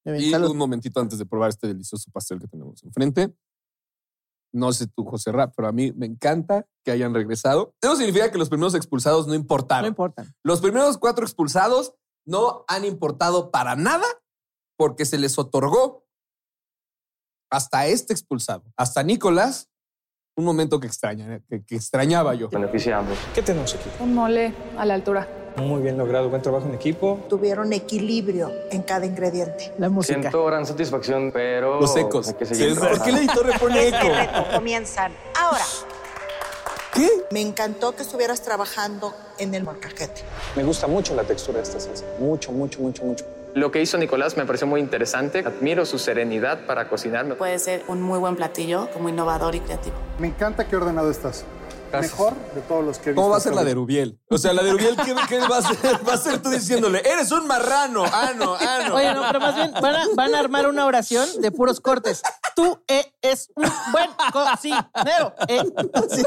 B: Y un momentito antes de probar este delicioso pastel que tenemos enfrente. No sé tú, José Rap, pero a mí me encanta que hayan regresado. Eso significa que los primeros expulsados no importaron.
C: No importa.
B: Los primeros cuatro expulsados no han importado para nada porque se les otorgó hasta este expulsado, hasta Nicolás, un momento que, extraña, que, que extrañaba yo.
T: Beneficia a ambos.
E: ¿Qué tenemos aquí?
K: Un mole a la altura.
T: Muy bien logrado, buen trabajo en equipo.
Q: Tuvieron equilibrio en cada ingrediente.
C: La música.
T: Siento gran satisfacción, pero.
B: Los ecos.
T: hay que seguir
B: Sí, ¿Por qué el editor le pone eco?
Q: Comienzan ahora.
B: ¿Qué?
Q: Me encantó que estuvieras trabajando en el molcajete.
T: Me gusta mucho la textura de esta salsa. Mucho, mucho, mucho, mucho. Lo que hizo Nicolás me pareció muy interesante. Admiro su serenidad para cocinarme.
P: Puede ser un muy buen platillo, como innovador y creativo.
J: Me encanta qué ordenado estás.
T: Gracias.
J: Mejor de todos los que he visto.
B: ¿Cómo va a ser la de
J: Rubi?
B: Erubiel? O sea, la de Erubiel, ¿qué, qué va a ser? Va a ser tú diciéndole, eres un marrano. Ah, no, ah, no.
C: Oye, no, pero más bien van a, van a armar una oración de puros cortes. Tú eres un buen cocinero. eh. Sí,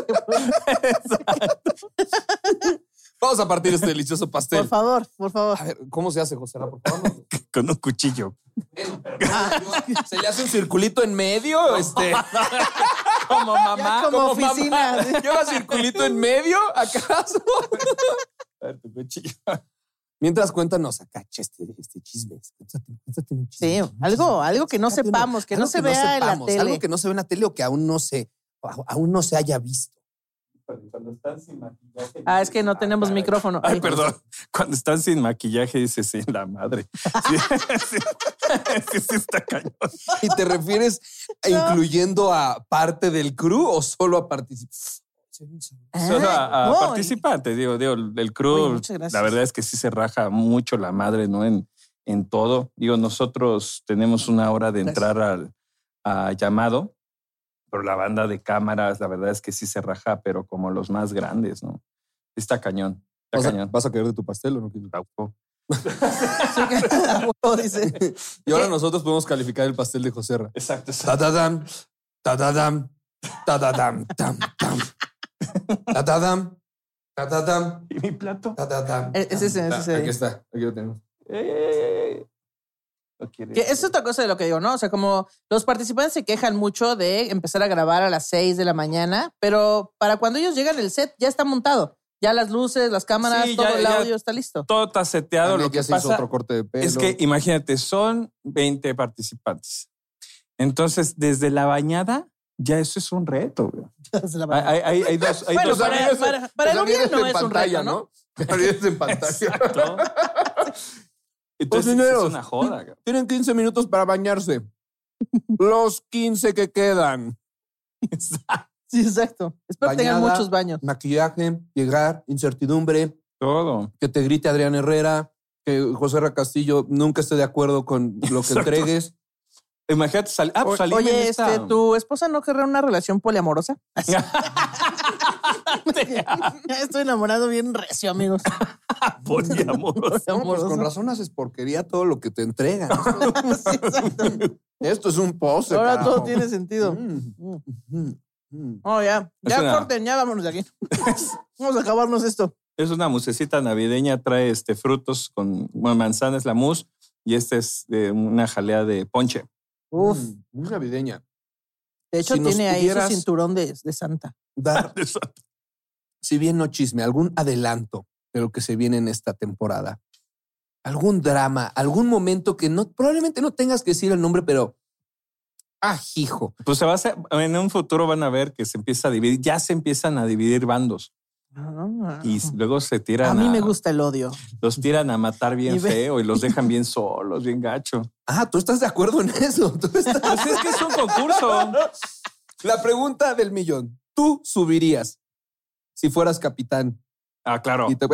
B: Vamos a partir este delicioso pastel.
C: por favor, por favor.
B: A ver, ¿cómo se hace, José Ra? Por favor.
S: Con un cuchillo.
B: ¿Se le hace un circulito en medio? Este.
S: Como mamá.
C: como
B: mamá.
C: oficina.
B: ¿Lleva circulito en medio, acaso? A ver, tu cuchillo. Mientras cuéntanos acá, este, este chisme. Cuéntate, cuéntate un chisme.
C: Sí, algo, algo que no sepamos, que no
B: Algo
C: se vea en la
B: sepamos, Algo
C: tele.
B: que no se ve en la tele o que aún no se, aún no se haya visto.
S: Cuando están sin maquillaje.
C: Ah, es que no tenemos micrófono.
S: Ay,
C: Ahí.
S: perdón. Cuando están sin maquillaje, dices, sí, la madre. Sí, sí, sí, sí está cañón.
B: ¿Y te refieres a incluyendo a parte del crew o solo a participantes?
S: Solo a, a
C: Ah, no,
S: participantes, digo, digo, el
C: Oye,
S: crew,
C: muchas gracias.
S: la verdad es que sí se raja mucho la madre, ¿no? En, en todo. Digo, nosotros tenemos una hora de entrar al a llamado, pero la banda de cámaras, la verdad es que sí se raja, pero como los más grandes, ¿no? Está cañón. Está
B: ¿Vas a,
S: cañón.
B: vas a caer de tu pastel o no?
S: Tampoco.
C: Huevo, dice.
B: Y ahora nosotros podemos calificar el pastel de José
S: Exacto.
B: Tadadam, tadadam, tadadam, tam, tam. Tadadam, tadadam,
S: ¿Y mi plato?
B: tadadam.
C: E- ese es- ese es-
B: Aquí está, aquí lo tenemos.
C: Que es otra cosa de lo que digo, ¿no? O sea, como los participantes se quejan mucho de empezar a grabar a las 6 de la mañana, pero para cuando ellos llegan el set ya está montado. Ya las luces, las cámaras,
S: Sí,
C: todo
S: ya-
C: el
S: ya-
C: audio está listo.
S: Todo está seteado.
B: También
S: Lo que
B: ya se hizo
S: pasa
B: otro corte de pelo.
S: es que imagínate, son 20 participantes. Entonces, desde la bañada, ya eso es un reto. güey. Hay, hay- hay dos. hay
C: Bueno,
S: dos-
C: para- Los amigos- para- para los el amigos gobierno en es un pantalla, reto, ¿no?
B: en pantalla.
C: Pues
S: Entonces,
B: Cocineros,
S: es una joda. güey.
B: Tienen 15 minutos para bañarse. Los 15 que quedan.
C: Sí, exacto. Espero que tengan
B: Bañada,
C: muchos baños.
B: Maquillaje, llegar, incertidumbre.
S: Todo.
B: Que te grite Adrián Herrera, que José Ra Castillo nunca esté de acuerdo con lo que
S: Exacto.
B: entregues.
S: Imagínate salir.
B: Ah, pues, salí
C: Oye,
B: en esta.
C: este, ¿tu esposa no querrá una relación poliamorosa? Así. ya estoy enamorado bien recio, amigos.
B: No, pues con razón haces porquería todo lo que te entregan. Esto es un pose.
C: Ahora
B: carajo. Mm,
C: todo tiene sentido. Mm. Oh, ya.
S: Mm. Es
C: Ya
S: una-
C: corten, ya vámonos de aquí. Vamos a acabarnos esto.
S: Es una musecita navideña, trae este, frutos con bueno, manzana, es la mousse, y esta es eh, una jalea de ponche.
C: Uf.
B: Muy navideña.
C: De hecho,
B: Si nos
C: tiene ahí su
B: pudieras-
C: cinturón de, de santa. Ah,
B: Dar, si bien no chisme, algún adelanto de lo que se viene en esta temporada. Algún drama, algún momento que no, probablemente no tengas que decir el nombre, pero ah, hijo.
S: Pues se va a hacer- en un futuro van a ver que se empieza a dividir, ya se empiezan a dividir bandos y luego se tiran
C: Ah. a mí
S: a-
C: me gusta el odio.
S: los tiran a matar bien
C: Y ve-
S: feo y los dejan bien solos, bien gacho.
B: Ah, tú estás de acuerdo en eso. Tú estás-
S: Pues es que es un concurso.
B: La pregunta del millón. ¿Tú subirías si fueras capitán?
S: Ah, claro.
B: Y te-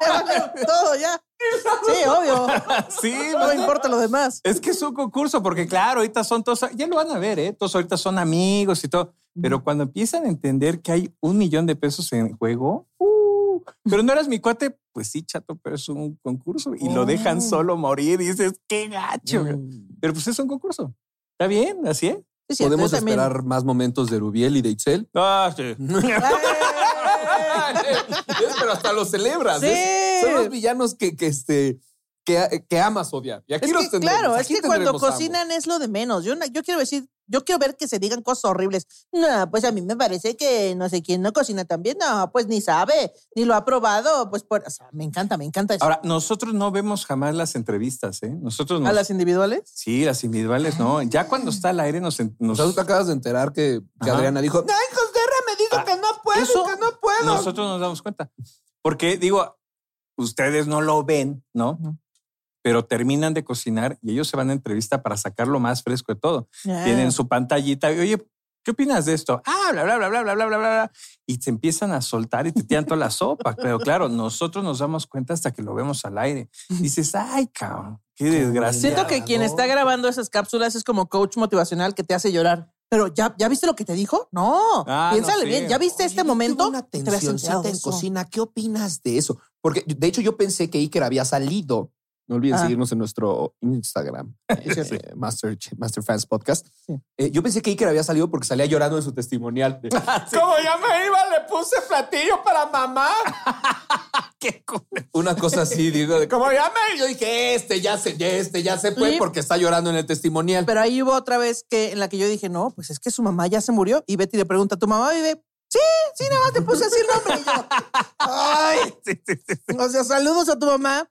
C: Ya valió todo ya. Sí, obvio.
S: Sí,
C: No me importa lo demás.
S: Es que es un concurso, porque claro, ahorita son todos, ya lo van a ver, ¿eh? Todos ahorita son amigos y todo. Pero cuando empiezan a entender que hay un millón de pesos en juego, ¡uh! pero no eras mi cuate, pues sí, chato, pero es un concurso y lo dejan
C: Mm.
S: solo morir y dices, qué gacho. Pero pues es un concurso. Está bien, así es.
C: Sí, cierto,
B: ¿Podemos
C: yo también.
B: esperar más momentos de Rubiel y de Itzel?
S: Ah, sí.
C: ¡Eh!
B: Pero hasta lo celebras.
C: Sí.
B: ¿eh? Son los villanos que, que, este, que, que amas odiar. Y aquí
C: Es
B: los
C: que,
B: tendremos,
C: claro, es
B: aquí
C: que cuando
B: tendremos ambos.
C: cocinan es lo de menos. Yo, no- yo quiero decir, yo quiero ver que se digan cosas horribles. No, pues a mí me parece que no sé quién no cocina tan bien. No, pues ni sabe, ni lo ha probado. Pues por, o sea, me encanta, me encanta eso.
S: Ahora, nosotros no vemos jamás las entrevistas, ¿eh? Nosotros
C: ¿A
S: nos-
C: las individuales?
S: Sí, las individuales, no. Ya cuando está al aire nos... nos...
B: tú te acabas de enterar que, que
S: Ajá.
B: Adriana dijo, "No,
V: José me dijo
C: Ah,
V: que no puedo, que no puedo.
S: Nosotros nos damos cuenta. Porque digo, ustedes no lo ven, ¿no? Pero terminan de cocinar y ellos se van a entrevista para sacar lo más fresco de todo.
A: Ah.
S: Tienen su pantallita y, oye, ¿qué opinas de esto? Ah, bla, bla, bla, bla, bla, bla, bla, bla. bla. Y se empiezan a soltar y te tiran toda la sopa. Pero claro, nosotros nos damos cuenta hasta que lo vemos al aire. Dices, ay, cabrón, qué desgracia.
C: Siento que quien está grabando esas cápsulas es como coach motivacional que te hace llorar. Pero ya, ¿ya viste lo que te dijo? No.
B: Ah, no,
C: Piénsale
B: sí.
C: bien. ¿Ya viste este momento? Te habías enterado
B: Tensioncita
C: de
B: en
C: eso.
B: cocina, ¿qué opinas de eso? Porque de hecho yo pensé que Iker había salido. No olviden
C: Ah.
B: seguirnos en nuestro Instagram, eh, Master, Master Fans Podcast. Eh, yo pensé que Iker había salido porque salía llorando en su testimonial. de,
S: Como ya me iba, le puse platillo para mamá.
B: Una cosa así, digo, de como ya me. Yo dije, este ya se, ya este ya se fue
C: Sí.
B: porque está llorando en el testimonial.
C: Pero ahí hubo otra vez que en la que yo dije, no, pues es que su mamá ya se murió. Y Betty le pregunta, ¿tu mamá vive? Sí, sí, nada más te puse así el nombre. Y yo, ay. O sea, saludos a tu mamá,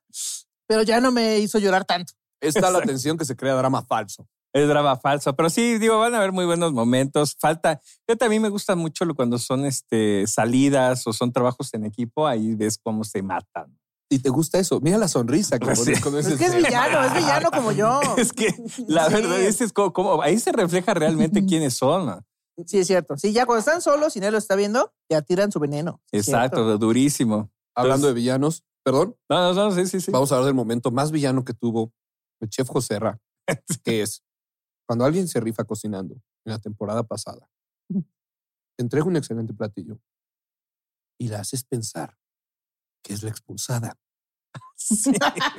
C: pero ya no me hizo llorar tanto.
B: Está la tensión que se crea drama falso.
S: Es drama falso, pero sí, digo, van a haber muy buenos momentos. Falta, yo también me gusta mucho lo- cuando son este, salidas o son trabajos en equipo, ahí ves cómo se matan.
B: ¿Y te gusta eso? Mira la sonrisa. Como,
S: Pues sí.
B: como
C: Es que es villano, es villano como yo.
S: Es que la
C: Sí.
S: verdad es, es como, como- ahí se refleja realmente quiénes son. ¿no?
C: Sí, es cierto. Sí, ya cuando están solos y nadie lo está viendo, ya tiran su veneno. Sí, es
S: Exacto,
C: cierto.
S: durísimo.
B: Hablando de villanos, perdón.
S: No, no, no, sí, sí, sí.
B: Vamos a hablar del momento más villano que tuvo el chef José Ra, que es cuando alguien se rifa cocinando en la temporada pasada, te entrega un excelente platillo y la haces pensar que es la expulsada.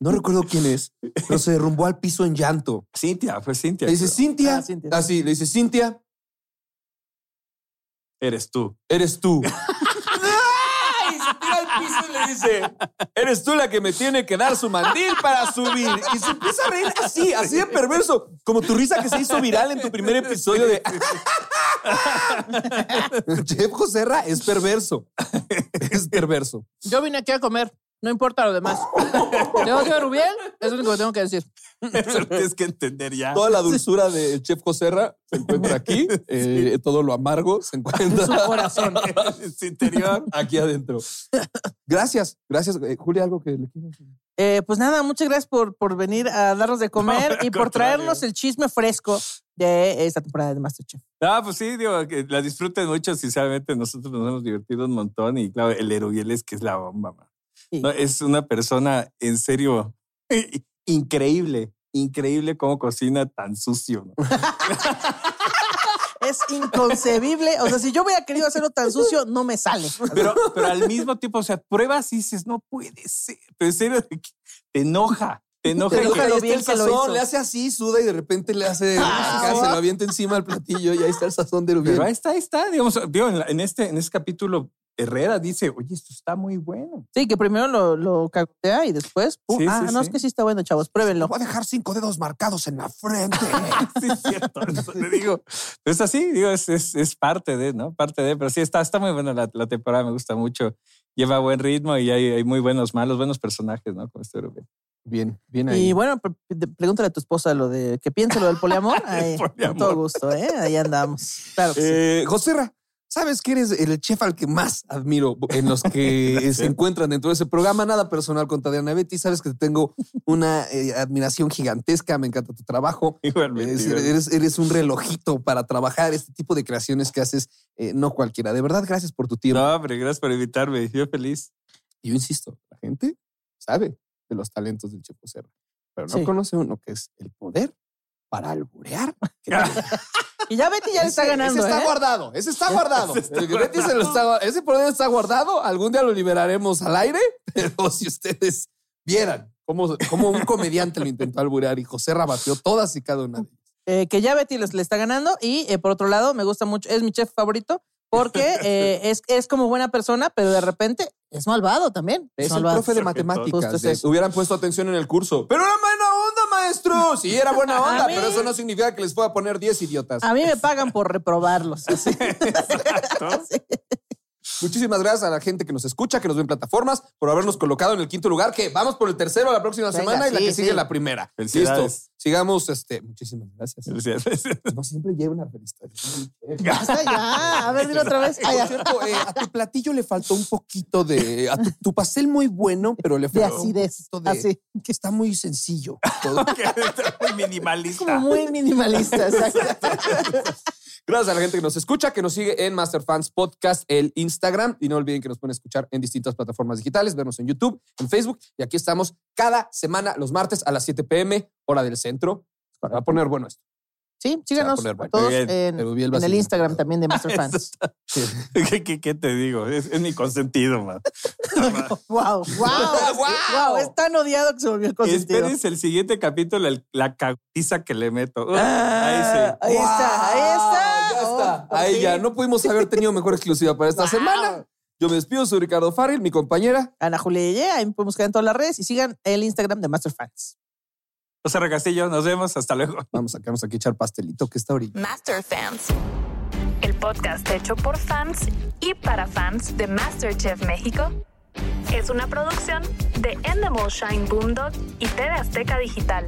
B: No recuerdo quién es, pero se derrumbó al piso en llanto.
S: Cintia, fue Cintia.
B: Le dice,
S: creo.
C: Ah,
B: Cintia, así, le dice, Cintia,
S: Eres tú.
B: eres tú.
S: ¡Ay! Se tira al
B: Luisa le dice, eres tú la que me tiene que dar su mandil para subir. Y se empieza a reír así, así de perverso, como tu risa que se hizo viral en tu primer episodio de... Chef Joserra es perverso. Es perverso.
C: Yo vine aquí a comer. No importa lo demás. Tengo que ver Rubiel. Es lo único que tengo que decir.
B: Eso lo tienes que entender ya. Toda la dulzura del chef Joserra se encuentra aquí. eh, todo lo amargo se encuentra
C: En su corazón.
B: en su interior, aquí adentro. Gracias, gracias. Eh, Julia, algo que le quieras decir?
C: Eh, pues nada, muchas gracias por, por venir a darnos de comer
S: No, al
C: y por
S: contrario.
C: traernos el chisme fresco de esta temporada de Masterchef.
S: Ah, pues sí, digo, que la disfruten mucho, sinceramente, nosotros nos hemos divertido un montón y claro, el Erubiel es que es la bomba, man. No, es una persona en serio increíble, increíble cómo cocina tan sucio. ¿no?
C: Es inconcebible. O sea, si yo hubiera querido hacerlo tan sucio, no me sale.
S: Pero, pero al mismo tiempo, o sea, pruebas y dices, no puede ser, pero en serio, te te enoja, te enoja.
B: Te enoja
S: que-
B: y está el sazón, le hace así, suda y de repente le hace
S: Ah.
B: se lo avienta encima al platillo y ahí está el sazón de Rubiel.
S: Pero ahí está, ahí está, digamos, digo, en, la- en este, en este capítulo, Herrera dice, oye, esto está muy bueno.
C: Sí, que primero lo, lo cagotea y después. ¡pum!
S: Sí,
C: ah,
S: sí,
C: no,
S: sí.
C: es que sí está bueno, chavos. Pruébenlo.
B: Voy a dejar cinco dedos marcados en la frente.
S: Le digo, es así, digo, es, es, es parte de, ¿no? Parte de, pero sí, está, está muy buena la, la temporada, me gusta mucho. Lleva buen ritmo y hay, hay muy buenos, malos, buenos personajes, ¿no? Como este Rubén.
B: Bien, bien
C: Y bueno, pre- pre- pregúntale a tu esposa lo de que piense lo del poliamor. Ahí, Con todo gusto, ¿eh? Ahí andamos. Claro que sí.
B: Eh, Joserra, sabes que eres el chef al que más admiro en los que se encuentran dentro de ese programa. Nada personal contra Diana Betty. Sabes que te tengo una eh, admiración gigantesca. Me encanta tu trabajo. Es-
S: igualmente.
B: eres, eres un relojito para trabajar este tipo de creaciones que haces. eh, no cualquiera. De verdad, gracias por tu tiempo.
S: No, hombre, gracias por invitarme, yo feliz.
B: Yo insisto, la gente sabe de los talentos del Chef Joserra, pero no
S: Sí.
B: conoce uno que es el poder para alburear.
C: Y ya Betty ya le está
B: Ese-
C: ganando.
B: Ese está
C: ¿eh?
B: guardado, ese está guardado.
C: Ese está
B: El que Betty se lo está gua- ese poder está guardado. Algún día lo liberaremos al aire, pero si ustedes vieran cómo, cómo un comediante lo intentó alburear y José rabatió todas y cada una de ellas.
C: Eh, que ya Betty les, le está ganando. Y eh, por otro lado, me gusta mucho, es mi chef favorito porque eh, es, es como buena persona, pero de repente es malvado también.
B: Es el
C: malvado.
B: profe de
C: Justo
B: matemáticas.
C: es
B: de-
C: eso.
B: hubieran puesto atención en el curso. Pero era buena onda, maestro. Sí, era buena onda,
C: A mí-
B: pero eso no significa que les pueda poner 10 idiotas.
C: A mí me pagan por reprobarlos.
B: Muchísimas gracias a la gente que nos escucha, que nos ve en plataformas, por habernos colocado en el quinto lugar, que vamos por el tercero la próxima
C: Venga,
B: semana y la
C: sí,
B: que sigue
C: sí.
B: la primera.
S: Felicidades.
B: Listo. Sigamos, este, muchísimas gracias. No siempre lleva una felicidad.
C: Basta ya. A ver, dilo otra vez. Ay,
B: Por
C: ya.
B: cierto, eh, a tu platillo le faltó un poquito de. A tu, tu pastel muy bueno, pero le
C: De
B: faltó. un
C: acidez.
B: poquito de-
C: Así.
B: Que está muy sencillo. todo.
S: Muy minimalista.
C: Como muy minimalista. exacto.
B: Gracias a la gente que nos escucha, que nos sigue en Masterfans Podcast, el Instagram. Y no olviden que nos pueden escuchar en distintas plataformas digitales, vernos en YouTube, en Facebook. Y aquí estamos cada semana, los martes a las 7 pm, hora del centro. Para poner bueno esto.
C: Sí,
B: Se
C: síganos
B: va a
C: a,
B: poner bueno.
C: todos
B: Muy bien.
C: en,
B: Pero bien
C: en el
B: vacilón.
C: Instagram también de Masterfans.
S: ¿Qué, qué, qué te digo? Es, es mi consentido, man.
C: wow, wow, wow, Es tan odiado que se volvió consentido.
S: Espérense el siguiente capítulo, el- la cautiza que le meto. Uh, ahí sí.
C: Ah, Ahí está, ahí está. Oh,
B: Ya está. Ahí ya. No pudimos haber tenido mejor exclusiva para esta semana. Yo me despido, soy Ricardo Farril, mi compañera.
C: Ana Julia Yeye, ahí me pueden buscar en todas las redes y sigan el Instagram de Masterfans.
S: José Castillo, nos vemos. Hasta luego.
B: Vamos a, vamos aquí a echar pastelito que está ahorita.
A: Master Fans, el podcast hecho por fans y para fans de MasterChef México, es una producción de Endemol Shine Boomdog y TV Azteca Digital.